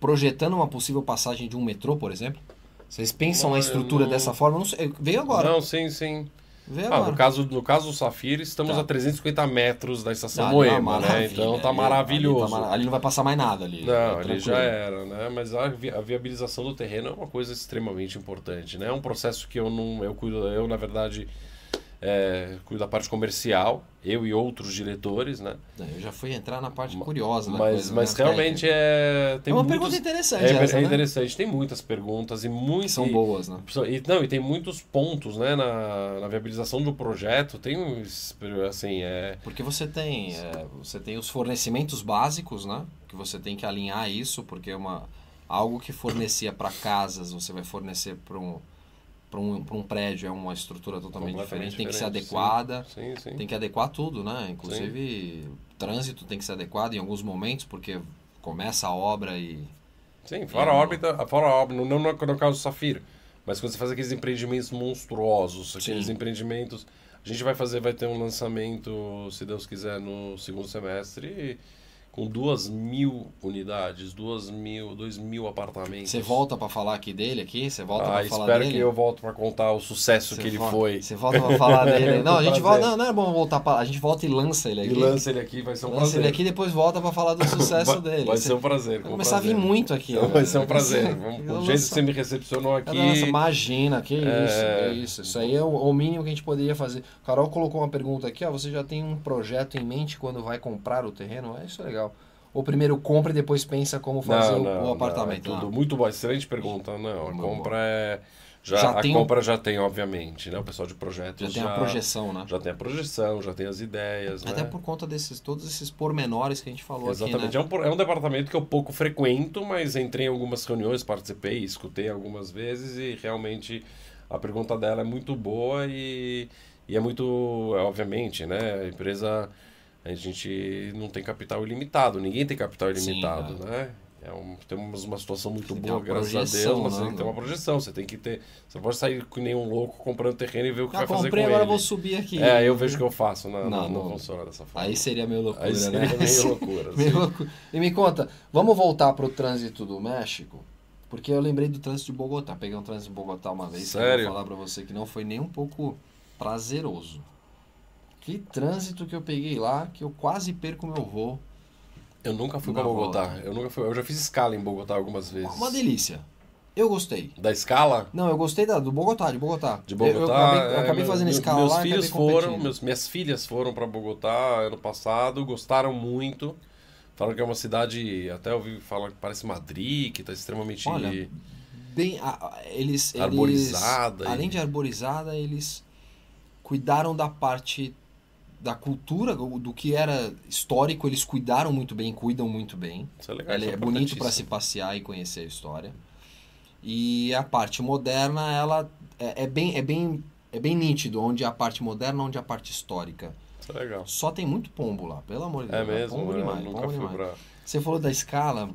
projetando uma possível passagem de um metrô, por exemplo? Vocês pensam
Não,
a
eu
estrutura
não-
dessa forma? Eu Não sei, veio agora.
Não, sim, sim.
Veio
Ah,
agora.
no caso, no caso do Safira, estamos
Tá.
a 350 metros da estação
Ah, não,
Moema, né?
maravilha.
Então tá
Ali-
maravilhoso.
Ali, tá mara- ali não vai passar mais nada ali. É
Não, ele
tranquilo.
já era, né? Mas a, vi- a viabilização do terreno é uma coisa extremamente importante, né? É um processo que eu não, eu cuido, eu na verdade é, cuido da parte comercial, eu e outros diretores, né?
Não, Eu já fui entrar na parte curiosa da
mas,
coisa,
mas
né?
realmente é tem
É uma
muitos,
pergunta interessante
é,
essa,
é
né?
interessante, tem muitas perguntas e
Que
muitos
são boas, né?
e, não, e tem muitos pontos, né, na, na viabilização do projeto, tem uns, assim, é,
Porque você tem, é, você tem os fornecimentos básicos, né? Que você tem que alinhar isso, porque é uma, algo que fornecia para casas, você vai fornecer para um, pra um, pra um prédio, é uma estrutura totalmente
Completamente
diferente, tem que ser
diferente, sim.
adequada.
sim, sim.
Tem que adequar tudo, né? Inclusive, trânsito tem que ser adequado em alguns momentos, porque começa a obra e.
Sim, fora a
É,
órbita, fora a órbita, não é no, no caso do Safira, mas quando você faz aqueles empreendimentos monstruosos, aqueles
Sim.
empreendimentos, a gente vai fazer, vai ter um lançamento, se Deus quiser, no segundo semestre, com duas mil unidades, duas mil, dois mil apartamentos.
Você volta pra falar aqui dele aqui? Você volta
Ah,
pra falar
espero
dele?
que eu volte para contar o sucesso
Você
que ele
volta-
foi.
Você volta pra falar dele. Não, a gente
Prazer.
volta. Não, não é bom voltar pra. A gente volta e lança ele
E
aqui.
lança ele aqui, vai ser um
Lança
prazer.
ele aqui e depois volta pra falar do sucesso
vai,
dele.
Vai
Você-
ser um prazer.
Vai
com
começar a vir
prazer.
muito aqui, ó.
Vai ser um prazer.
Eu
Vamos,
vou
o jeito que
lançar.
você me recepcionou aqui.
Nossa, imagina, que isso,
É.
que isso. Isso aí é o, o mínimo que a gente poderia fazer. Carol colocou uma pergunta aqui, ó. Você já tem um projeto em mente quando vai comprar o terreno? É, Isso é legal. Ou primeiro compra e depois pensa como fazer o- o,
não,
apartamento?
Não, é tudo
Ah,
muito boa. Excelente pergunta. Não, a
Muito
compra
boa.
é. Já,
Já
a
tem um-
compra já tem, obviamente, né? O pessoal de projetos
já tem a projeção, né?
Já tem a projeção, já tem as ideias.
Até
né?
por conta desses todos esses pormenores que a gente falou
Exatamente.
aqui, né?
é, um, por- é um departamento que eu pouco frequento, mas entrei em algumas reuniões, participei, escutei algumas vezes e realmente a pergunta dela é muito boa e, e é muito, é, obviamente, né? A empresa, a gente não tem capital ilimitado, ninguém tem capital
Sim,
ilimitado, né? É um, temos uma situação muito
Você tem
boa,
uma
graças a
projeção,
Deus, mas
né?
você tem que ter uma projeção, você tem que ter. Você não pode sair com nenhum louco comprando terreno e ver o que
Ah,
vai fazer
comprei,
com
agora
ele.
vou subir aqui.
É, eu vejo o que eu faço,
Não,
não, não, não
não.
funciona dessa forma.
Aí seria meio loucura,
Aí seria
né?
meio loucura.
Meio
assim.
loucura. E me conta, vamos voltar pro trânsito do México? Porque eu lembrei do trânsito de Bogotá. Peguei um trânsito de Bogotá uma vez. que eu
Sério?
Vou falar pra você que não foi nem um pouco prazeroso. Que trânsito que eu peguei lá, que eu quase perco meu voo.
Eu nunca fui
Na
pra Bogotá.
volta.
Eu nunca fui. Eu já fiz escala em Bogotá algumas vezes.
Uma delícia. Eu gostei.
Da escala?
Não, eu gostei da, do Bogotá, de Bogotá.
De
Eu- eu
Bogotá.
acabei, eu
é,
acabei
meu-
fazendo
meu-
escala
meus
lá e
filhos
acabei
foram,
competindo.
meus- minhas filhas foram pra Bogotá ano passado, gostaram muito. Falaram que é uma cidade, até ouvi falar que parece Madrid, que tá extremamente
Olha, bem a- a- eles eles-
Arborizada e-
além de arborizada eles cuidaram da parte da cultura do do que era histórico eles cuidaram muito bem cuidam muito bem
Isso é legal,
ela
isso
é bonito para se
importantíssimo.
passear e conhecer a história e a parte moderna ela é, é bem é bem é bem nítido onde é a parte moderna onde é a parte histórica
Isso é legal.
só tem muito pombo lá pelo amor de
É
Deus né?
mesmo,
pombo
eu
demais
nunca
pombo
fui
demais
pra.
você falou da escala.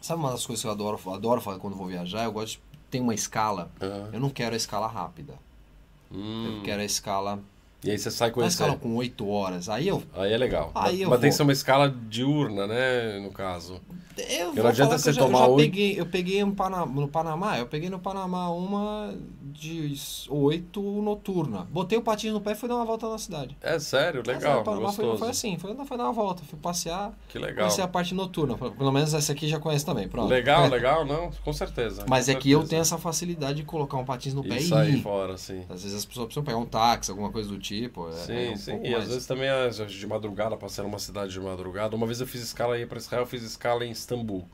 Sabe uma das coisas que eu adoro, adoro fazer quando vou viajar? Eu gosto de ter uma escala.
Aham.
Eu não quero a escala rápida.
Hum. é.
Eu quero a escala.
E aí você sai
Uma
conhecendo.
escala com 8 horas. Aí eu.
Aí é legal.
Aí
mas
eu
mas tem
vou.
que ser uma escala diurna, né? No caso.
Eu vou
não adianta
falar que
você
eu já, eu
tomar
já
oito-
peguei. Eu peguei um Pana- no Panamá. Eu peguei no Panamá uma de 8 noturna. Botei o patins no pé e fui dar uma volta na cidade.
É sério,
Mas, é,
legal.
o Panamá foi,
gostoso.
foi assim. Foi, foi dar uma volta. Fui passear.
Que legal.
Conhecer é a parte noturna. Pelo menos essa aqui já conheço também. Pronto. É,
Legal, legal, não, com certeza.
Mas
com
é que eu
certeza.
tenho essa facilidade de colocar um patins no pé
E
e
sair
ir.
fora, sim.
Às vezes as pessoas precisam pegar um táxi, alguma coisa do tipo. é-
sim,
é um
sim.
pouco
E
mais-
às vezes também às vezes, de madrugada, passando uma cidade de madrugada. Uma vez eu fiz escala aí para Israel, eu fiz escala em Istambul.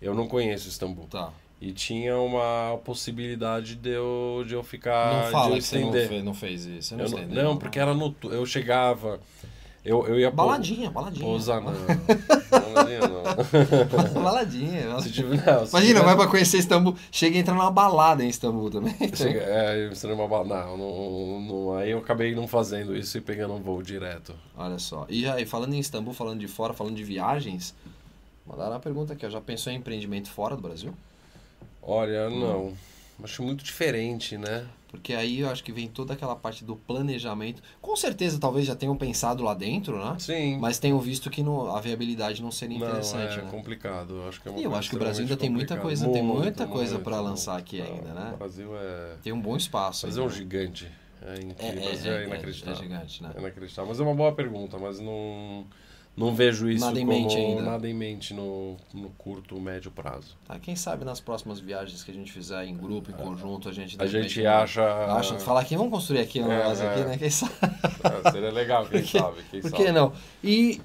Eu não conheço Istambul.
Tá.
E tinha uma possibilidade de eu, de eu ficar.
Não fala
de eu
que você não
estender.
fez, não fez isso. Você não né?
Eu não,
estendeu.
não, porque era no. Eu chegava. Eu, eu ia pô-
Baladinha, baladinha.
Pousar, não. Baladinha, não.
baladinha.
Se tiver- não, se
Imagina,
tiver-
vai pra conhecer Istambul. Chega e entra numa balada em Istambul também.
Chega- é, eu seria uma ba- não, não, não, aí eu acabei não fazendo isso e pegando um voo direto.
Olha só. E aí, falando em Istambul, falando de fora, falando de viagens, mandaram uma pergunta aqui, ó. Já pensou em empreendimento fora do Brasil?
Olha, não. Acho muito diferente, né?
Porque aí eu acho que vem toda aquela parte do planejamento. Com certeza, talvez já tenham pensado lá dentro, né?
Sim.
Mas tenham visto que não- a viabilidade não seria
não,
interessante,
é
né?
complicado. Eu acho que é uma
E eu
coisa
acho que o Brasil ainda tem muita
extremamente
coisa- tem
complicada.
muita coisa pra
muito.
lançar aqui
Não,
ainda, né?
O Brasil é.
Tem um bom
O
espaço.
Brasil é um
ainda, né?
gigante. É incrível. o Brasil é
é
inacreditável.
gigante, né?
É inacreditável. Mas é uma boa pergunta, mas não. Não vejo isso
Nada em
como
mente ainda.
nada em mente no, no curto, médio prazo.
Tá, quem sabe nas próximas viagens que a gente fizer em grupo, em conjunto, a gente de
É. A
repente,
gente acha.
acha falar que vamos construir aqui um
É,
negócio aqui,
é.
né? Quem sabe?
É, seria legal, quem
Porque-
sabe. Quem
Por né?
sabe.
que não? E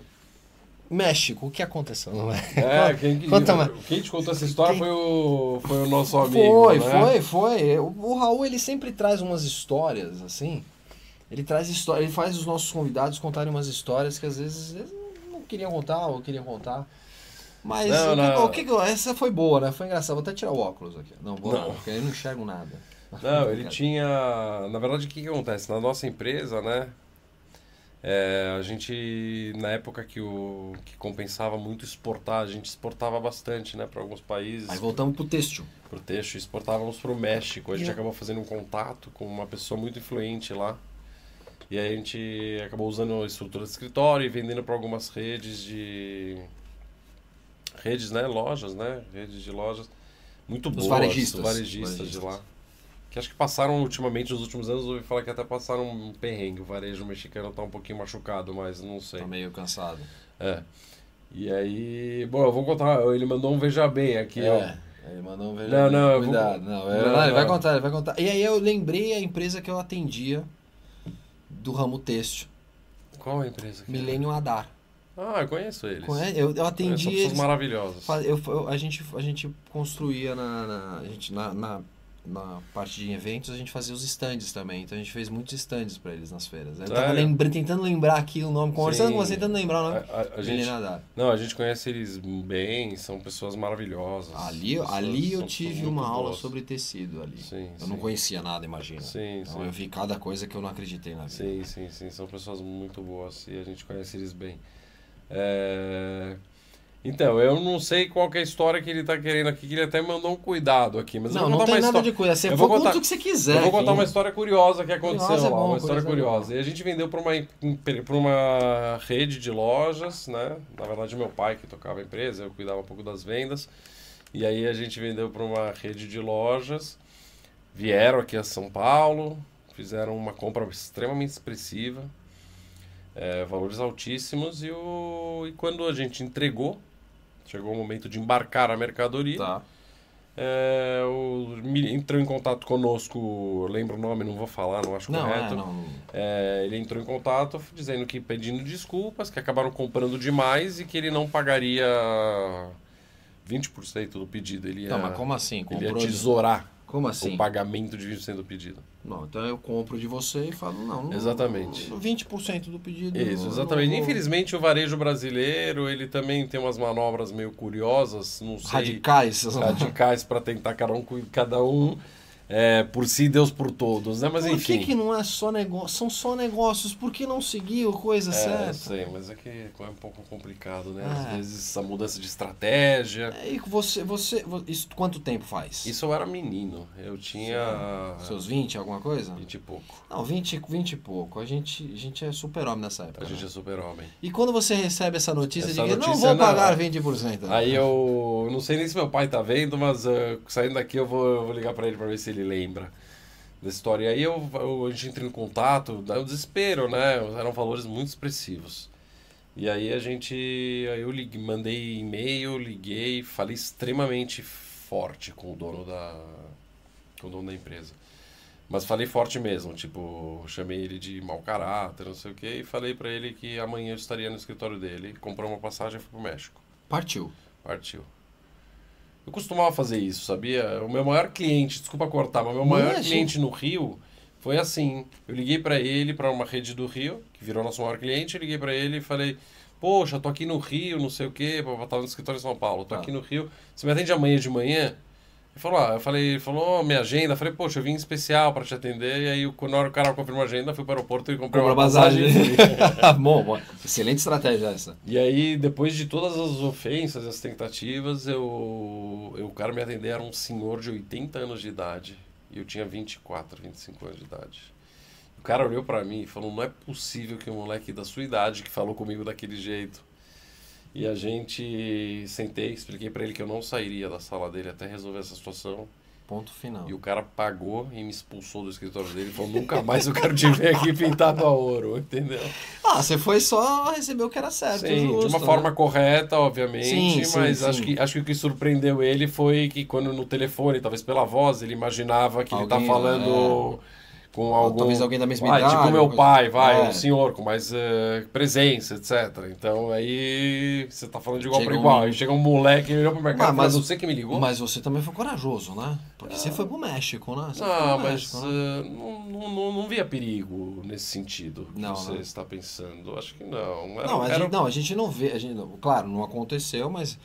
México, o que aconteceu? Não é?
É, quem, que-
Conta mais.
quem te contou essa história
Quem-
foi, o, foi o nosso amigo.
Foi,
né?
foi, foi. É, O, o Raul, ele sempre traz umas histórias, assim. Ele traz história, ele faz os nossos convidados contarem umas histórias que às vezes eles não queriam contar ou queriam contar. Mas
Não,
o que-
não.
o que que eu- essa foi boa, né? Foi engraçado. Vou até tirar o óculos aqui. Não, vou não,
Não.
porque eu não enxergo nada.
Não, ele tinha. Na verdade, o que, que acontece? Na nossa empresa, né? é, a gente, na época que, o, que compensava muito exportar, a gente exportava bastante, né, para alguns países.
Aí voltamos pro texto.
pro texto e exportávamos pro México. A gente
Eu-
acabou fazendo um contato com uma pessoa muito influente lá. E aí a gente acabou usando a estrutura de escritório e vendendo para algumas redes de. Redes, né? Lojas, né? Redes de lojas muito
Os
boas.
varejistas.
varejistas de lá. Que acho que passaram ultimamente, nos últimos anos, eu ouvi falar que até passaram um perrengue. O varejo mexicano tá um pouquinho machucado, mas não sei.
Tá meio cansado.
É. E aí. Bom, eu vou contar. Ele mandou um Veja Bem aqui, ó.
É, ele mandou um veja.
Não, não, eu vou-
Cuidado, não, é-
Não,
não, ele vai
não.
contar, ele vai contar. E aí eu lembrei a empresa que eu atendia do ramo têxtil,
Qual é a empresa que é?
Millennium Adar.
Ah, eu conheço eles.
Conhe- é, Eu, eu
Eles
atendi
Né? são pessoas
eles.
maravilhosas.
Fa- eu- eu- a, gente, a gente construía na, na- a gente, na, na, na parte de eventos, a gente fazia os stands também. Então a gente fez muitos stands pra eles nas feiras. né? Eu tava
Sério?
lembra- tentando lembrar aqui o nome, conversando
É. Sim.
com você, tentando lembrar o
A,
nome.
a- a
Ele
gente,
nadar.
não, a gente conhece eles bem, são pessoas maravilhosas.
Ali,
Pessoas-
ali eu
são pessoas
tive
muito
uma aula
boas.
sobre tecido ali.
Sim,
eu não
sim.
conhecia nada, imagina.
Sim,
então
sim.
eu vi cada coisa que eu não acreditei na vida.
Sim, sim, sim. São pessoas muito boas e a gente conhece eles bem. É, Então, eu não sei qual que é a história que ele tá querendo aqui, que ele até mandou um cuidado aqui, mas eu
Não,
vou
não
contar
tem
uma
nada
história.
de coisa. Você
Eu vou
conta
contar-
o que você quiser.
eu vou contar
é, quem-
uma história curiosa que aconteceu
Curiosa é
lá,
bom,
uma história
curiosa é bom.
curiosa. E a gente vendeu para uma, empre- pra uma rede de lojas, né? Na verdade, meu pai que tocava a empresa, eu cuidava um pouco das vendas. E aí a gente vendeu para uma rede de lojas. Vieram aqui a São Paulo, fizeram uma compra extremamente expressiva, é, valores altíssimos. E, o, e quando a gente entregou, chegou o momento de embarcar a mercadoria.
Tá.
É, o- me- entrou em contato conosco, eu lembro o nome, não vou falar, não acho
Não, é,
correto.
não.
É, ele entrou em contato dizendo que pedindo desculpas, que acabaram comprando demais e que ele não pagaria 20% do pedido. Ele ia,
Não, mas como assim?
é- ele ia
Comprou de-
tesourar
Como
o
assim?
pagamento de 20% do pedido.
Não, então eu compro de você e falo, não. não-
Exatamente.
20% do pedido.
Isso,
não-
exatamente.
não-
Infelizmente, o varejo brasileiro ele também tem umas manobras meio curiosas, não sei.
Radicais. né? essas-
radicais para tentar cada um, cu- cada um é, por si, Deus por todos, né? Mas
Por
enfim.
que, que não é só negócio? São só negócios. Por que não seguiu coisa
É, eu
certa?
sei, mas é que é um pouco complicado, né? Às
É.
vezes essa mudança de estratégia.
É, E você, você, vo- Isso quanto tempo faz?
Isso é. eu era menino, eu tinha
Seus 20, alguma coisa?
vinte e pouco.
Não, 20, 20 e pouco. A gente, a gente é super-homem nessa
A
época.
gente
né?
é super-homem.
E quando você recebe essa notícia
Essa
de que não
notícia
vou
não.
pagar 20%. né?
Aí eu eu não sei nem se meu pai tá vendo, mas ah, saindo daqui eu vou, eu vou ligar pra ele pra ver se ele lembra da história. E aí eu, eu- a gente entra em contato, dá um desespero, né? Eram valores muito expressivos. E aí a gente, aí eu liguei, mandei e-mail, liguei, falei extremamente forte com o dono da, com o dono da empresa. Mas falei forte mesmo, tipo, chamei ele de mau caráter, não sei o quê, e falei pra ele que amanhã eu estaria no escritório dele, comprou uma passagem e fui pro México.
Partiu.
Partiu. Eu costumava fazer isso, sabia? O meu maior cliente, desculpa cortar, mas meu
Não,
maior
imagina.
cliente no Rio foi assim. Eu liguei pra ele, pra uma rede do Rio, que virou nosso maior cliente, eu liguei pra ele e falei: "Poxa, tô aqui no Rio, não sei o quê, pá, pá, tava no escritório em São Paulo, tô
Tá.
aqui no Rio. Você me atende amanhã de manhã?" Ele falou: "Ah, eu falei, ele falou: "Ó, minha agenda". Eu falei: "Poxa, eu vim em especial pra te atender". E aí, eu- na hora que o cara confirmou a agenda, fui pro aeroporto e comprei
Comprou
uma
a passagem.
passagem. e fui.
bom, bom. Excelente estratégia essa.
E aí, depois de todas as ofensas, as tentativas, eu, eu o cara me atender era um senhor de 80 anos de idade. E eu tinha 24, 25 anos de idade. O cara olhou pra mim e falou: Não é possível que um moleque da sua idade que falou comigo daquele jeito. E a gente sentei, expliquei pra ele que eu não sairia da sala dele até resolver essa situação.
Ponto final.
E o cara pagou e me expulsou do escritório dele. Falou: Nunca mais eu quero te ver aqui pintado a ouro, entendeu?
Ah, você foi só receber o que era certo.
Sim, de
justo,
uma
né?
forma correta, obviamente,
Sim, sim,
mas
sim.
Acho, que, acho que o que surpreendeu ele foi que quando no telefone, talvez pela voz, ele imaginava que ele
Alguém, é.
tá falando com algum...
talvez alguém da mesma
Ah,
idade,
Tipo meu
alguma coisa.
pai, vai,
É.
um senhor com mais eh, presença, etc. Então aí você tá falando de igual
Chega
para
um-
igual. Aí chega um moleque, ele olhou pro mercado
Ah,
e fala,
mas-
você que me ligou?
Mas você também foi corajoso, né? Porque você foi pro México, né? Você foi
Ah,
pro
mas
México, né?
eh, não, não, não, não via perigo nesse sentido que
Não,
você
não.
está tá pensando. Acho que não. Era, um,
Não, a
era-
gente, não, a gente não vê. A gente, não- claro, não aconteceu, mas.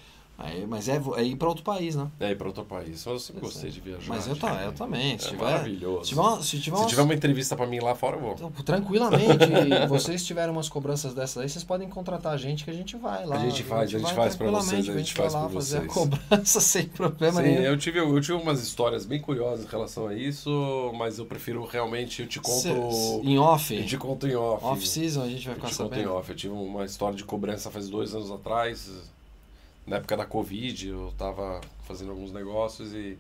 Aí, mas é, vo- é ir pra outro país, né?
É, ir para outro país. Mas eu sempre gostei de viajar.
Mas eu, tá,
também.
eu também. Se
É
tiver,
maravilhoso.
Se tiver, uma- se tiver,
Se
umas-
tiver uma entrevista pra mim lá fora, eu vou.
Então, Tranquilamente, e vocês tiverem umas cobranças dessas aí, vocês podem contratar a gente que a gente vai lá.
A gente faz, a gente
vai
faz pra vocês,
tranquilamente,
a gente
vai
faz
lá
por
fazer a
vocês.
cobrança sem problema
Sim,
nenhum.
eu tive, eu tive umas histórias bem curiosas em relação a isso, mas eu prefiro realmente, eu
Se-
te conto,
em off,
eu te conto em off.
off-season, a gente vai
eu
ficar
te conto em
sabendo.
off. Eu tive uma história de cobrança faz dois anos atrás, na época da Covid, eu tava fazendo alguns negócios e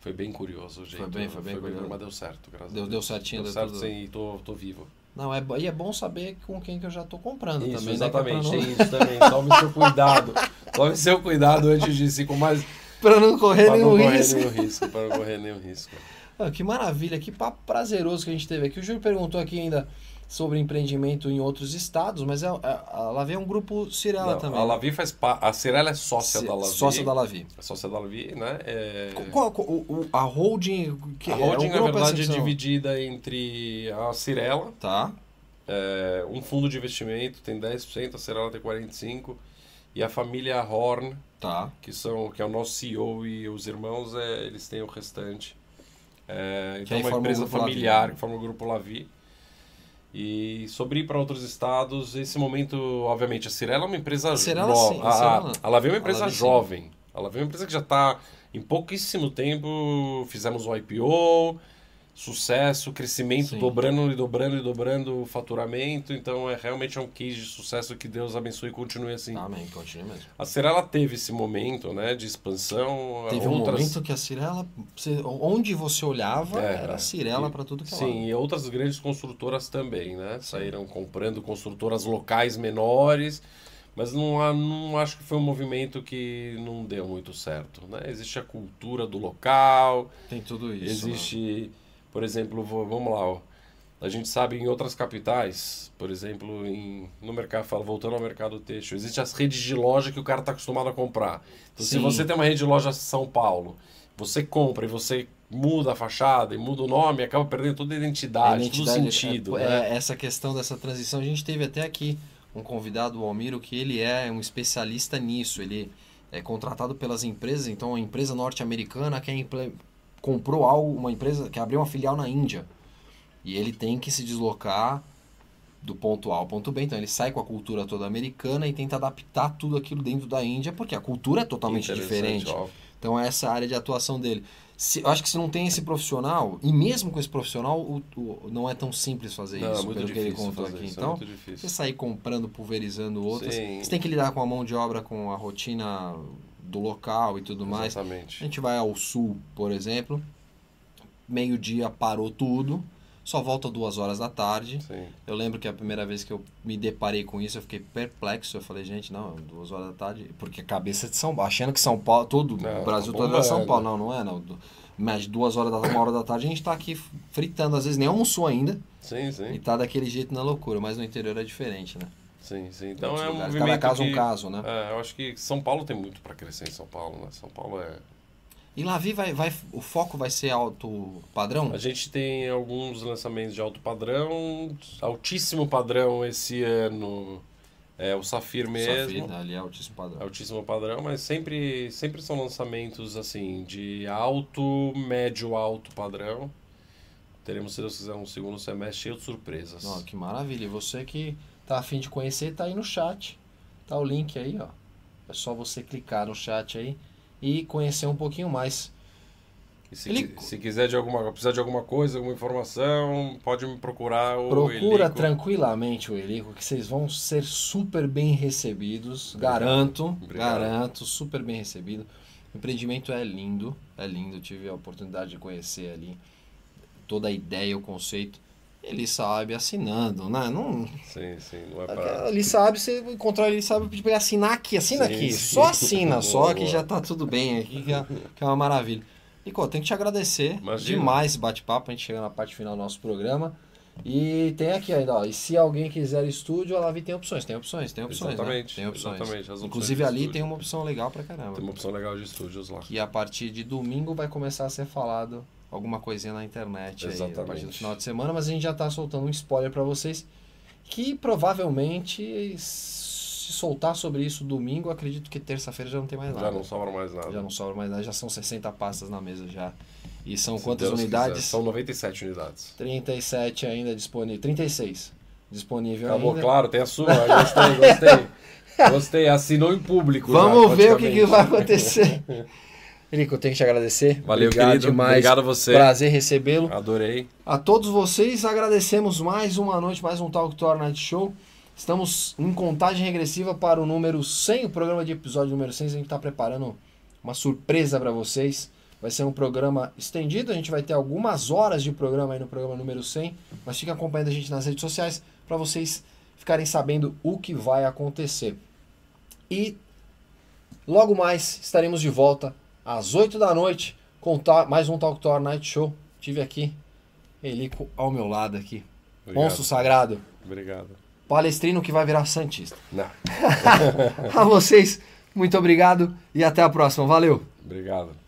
foi bem curioso o jeito.
bem- foi bem curioso.
mas deu certo, graças
Deu,
a
deu
Deus.
certinho, deu,
certo
tudo.
sim, e tô, tô vivo.
Não, é, bo- e é bom saber com quem que eu já tô comprando
Isso,
também. né? Que é pra
exatamente,
não-
tem isso também. Tome seu cuidado. Tome seu cuidado antes de se com mais.
Pra não correr
Para não
nenhum
correr
é um risco.
nenhum risco. Para não correr nenhum risco.
Ah, que maravilha, que papo prazeroso que a gente teve aqui. O Júlio perguntou aqui ainda sobre empreendimento em outros estados, mas a, a, a Lavi é um grupo Cirela
Não,
também.
A
né?
Lavi faz parte. A Cirela é sócia
Ci-
da Lavi.
Sócia da Lavi.
É Sócia da Lavi, né? É...
Co- Qual, qual- o- o- a holding... Que
a
é, o
holding, na
grupo
verdade, é
assim que são-
dividida entre a Cirela,
Tá,
é, um fundo de investimento tem 10%, a Cirela tem 45%, e a família Horn,
tá.
que são que é o nosso CEO e os irmãos, é, eles têm o restante. É, então
aí
é uma
forma o
empresa
grupo Lavi,
familiar
né?
que forma o grupo Lavi. E sobre ir para outros estados, esse momento, obviamente, a Cirela é uma empresa
Cirela, sim,
jovem.
a
A,
Cirela-
a Lavi é uma
a
empresa
Lavi, sim.
jovem. A Lavi é uma empresa que já está em pouquíssimo tempo, fizemos o IPO, sucesso, crescimento
Sim.
dobrando e dobrando e dobrando o faturamento. Então é realmente é um case de sucesso que Deus abençoe e continue assim.
Tá, amém, continue mesmo.
A Cirela teve esse momento, né, de expansão.
Teve um
outras...
momento que a Cirela... você- Onde você olhava,
É,
era
é.
a Cirela
E-
pra tudo que é
Sim, e outras grandes construtoras também, né? Saíram comprando construtoras locais menores, mas não, há- não acho que foi um movimento que não deu muito certo, né? Existe a cultura do local,
lado. Tem tudo isso. né?
existe, por exemplo, vo- vamos lá, ó, a gente sabe em outras capitais, por exemplo, em, no mercado, fala, voltando ao mercado têxtil, existem as redes de loja que o cara está acostumado a comprar. Então, se
Sim.
você tem uma rede de loja em São Paulo, você compra e você muda a fachada e muda o nome, acaba perdendo toda a
A
identidade,
identidade,
todo o sentido.
é,
né?
é, essa questão dessa transição, a gente teve até aqui um convidado, o Almiro, que ele é um especialista nisso. Ele é contratado pelas empresas, então a empresa norte-americana quer imple- comprou algo, uma empresa quer abrir uma filial na Índia. E ele tem que se deslocar do ponto A ao ponto B, então ele sai com a cultura toda americana e tenta adaptar tudo aquilo dentro da Índia, porque a cultura é totalmente
Interessante,
diferente.
ó.
Então é essa área de atuação dele. Se, eu acho que se não tem esse profissional, e mesmo com esse profissional, o- o- não é tão simples fazer
Não, é
isso,
muito
pelo que ele
difícil
contou
fazer
aqui.
isso, é
então,
muito difícil.
você sair comprando, pulverizando outras,
Sim.
você tem que lidar com a mão de obra, com a rotina do local e tudo mais. A
Exatamente.
gente vai ao sul, por exemplo, meio-dia parou tudo, só volta duas horas da tarde.
Sim.
Eu lembro que a primeira vez que eu me deparei com isso, eu fiquei perplexo. Eu falei, gente, não, duas horas da tarde. Porque a cabeça de São Paulo, achando que São Paulo, todo
Não,
o Brasil
tá
todo era São
bombando.
Paulo. Não, não é, não. Du- Mas duas horas da uma hora da tarde a gente tá aqui fritando, às vezes nem almoçou ainda,
Sim, sim.
e tá daquele jeito na loucura, mas no interior é diferente, né?
Sim, sim.
Em
Então
outros
é um
lugares.
movimento
Cada caso é
que-
um caso, né?
É, eu acho que São Paulo tem muito para crescer em São Paulo, né? São Paulo é.
E Lavi vai, vai. O foco vai ser alto padrão?
A gente tem alguns lançamentos de alto padrão, altíssimo padrão esse ano é o Safir mesmo.
Safira, ali é altíssimo padrão.
Altíssimo padrão, mas sempre, sempre são lançamentos assim de alto, médio, alto padrão. Teremos, se Deus quiser, um segundo semestre cheio de surpresas.
Ó, que maravilha. E você que tá afim de conhecer, tá aí no chat. Tá o link aí, ó. É só você clicar no chat aí e conhecer um pouquinho mais.
E se,
Ele-
qui- se quiser de alguma, precisar de alguma coisa, alguma informação, pode me procurar. o
Procura
Elico.
tranquilamente o Elico, que vocês vão ser super bem recebidos. Garanto,
Obrigado.
garanto, super bem recebido. O empreendimento é lindo, é lindo. Eu tive a oportunidade de conhecer ali toda a ideia, o conceito. Ele sabe assinando, né? Não,
Sim, sim, não é pra.
Ele sabe, você encontrar ele sabe, tipo, pedir pra ele assinar aqui, assina
Sim,
aqui.
sim.
Só assina, só
Boa,
que
boa.
já tá tudo bem aqui, que é, que é uma maravilha. Nico, eu tenho que te agradecer
Imagina.
demais esse bate-papo, a gente chega na parte final do nosso programa. E tem aqui ainda, ó, e se alguém quiser estúdio, a Lavi tem opções, tem opções, tem opções, né?
Exatamente,
Tem opções.
exatamente, as
Inclusive
opções de
ali
estúdio.
tem uma opção legal pra caramba.
Tem uma opção legal de estúdios lá.
Que a partir de domingo vai começar a ser falado alguma coisinha na internet aí, a partir do
Exatamente.
final de semana, mas a gente já tá soltando um spoiler para vocês que provavelmente se soltar sobre isso domingo, acredito que terça-feira já não tem mais nada.
Já não sobra mais nada.
Já não sobra mais nada, já são 60 pastas na mesa já. E são
Se
quantas
Deus
unidades?
quiser. São 97 unidades.
37 ainda disponível, 36 disponível
Acabou,
ainda.
claro, tem a sua. Gostei, gostei. Gostei, assinou em público. já,
Vamos ver o que, que vai
praticamente.
acontecer. Erico, eu tenho que te agradecer.
Valeu,
Obrigado
querido.
demais.
Obrigado a você.
Prazer recebê-lo.
Adorei.
A todos vocês, agradecemos mais uma noite, mais um Talk Tour Night Show. Estamos em contagem regressiva para o número 100, o programa de episódio número 100. A gente está preparando uma surpresa para vocês. Vai ser um programa estendido, a gente vai ter algumas horas de programa aí no programa número 100. Mas fiquem acompanhando a gente nas redes sociais para vocês ficarem sabendo o que vai acontecer. E logo mais estaremos de volta às 8 da noite com ta- mais um Talk Tour Night Show. Tive aqui Elico ao meu lado aqui. Monstro sagrado.
Obrigado.
Palestrino que vai virar Santista.
Não,
A vocês, muito obrigado e até a próxima. Valeu!
obrigado.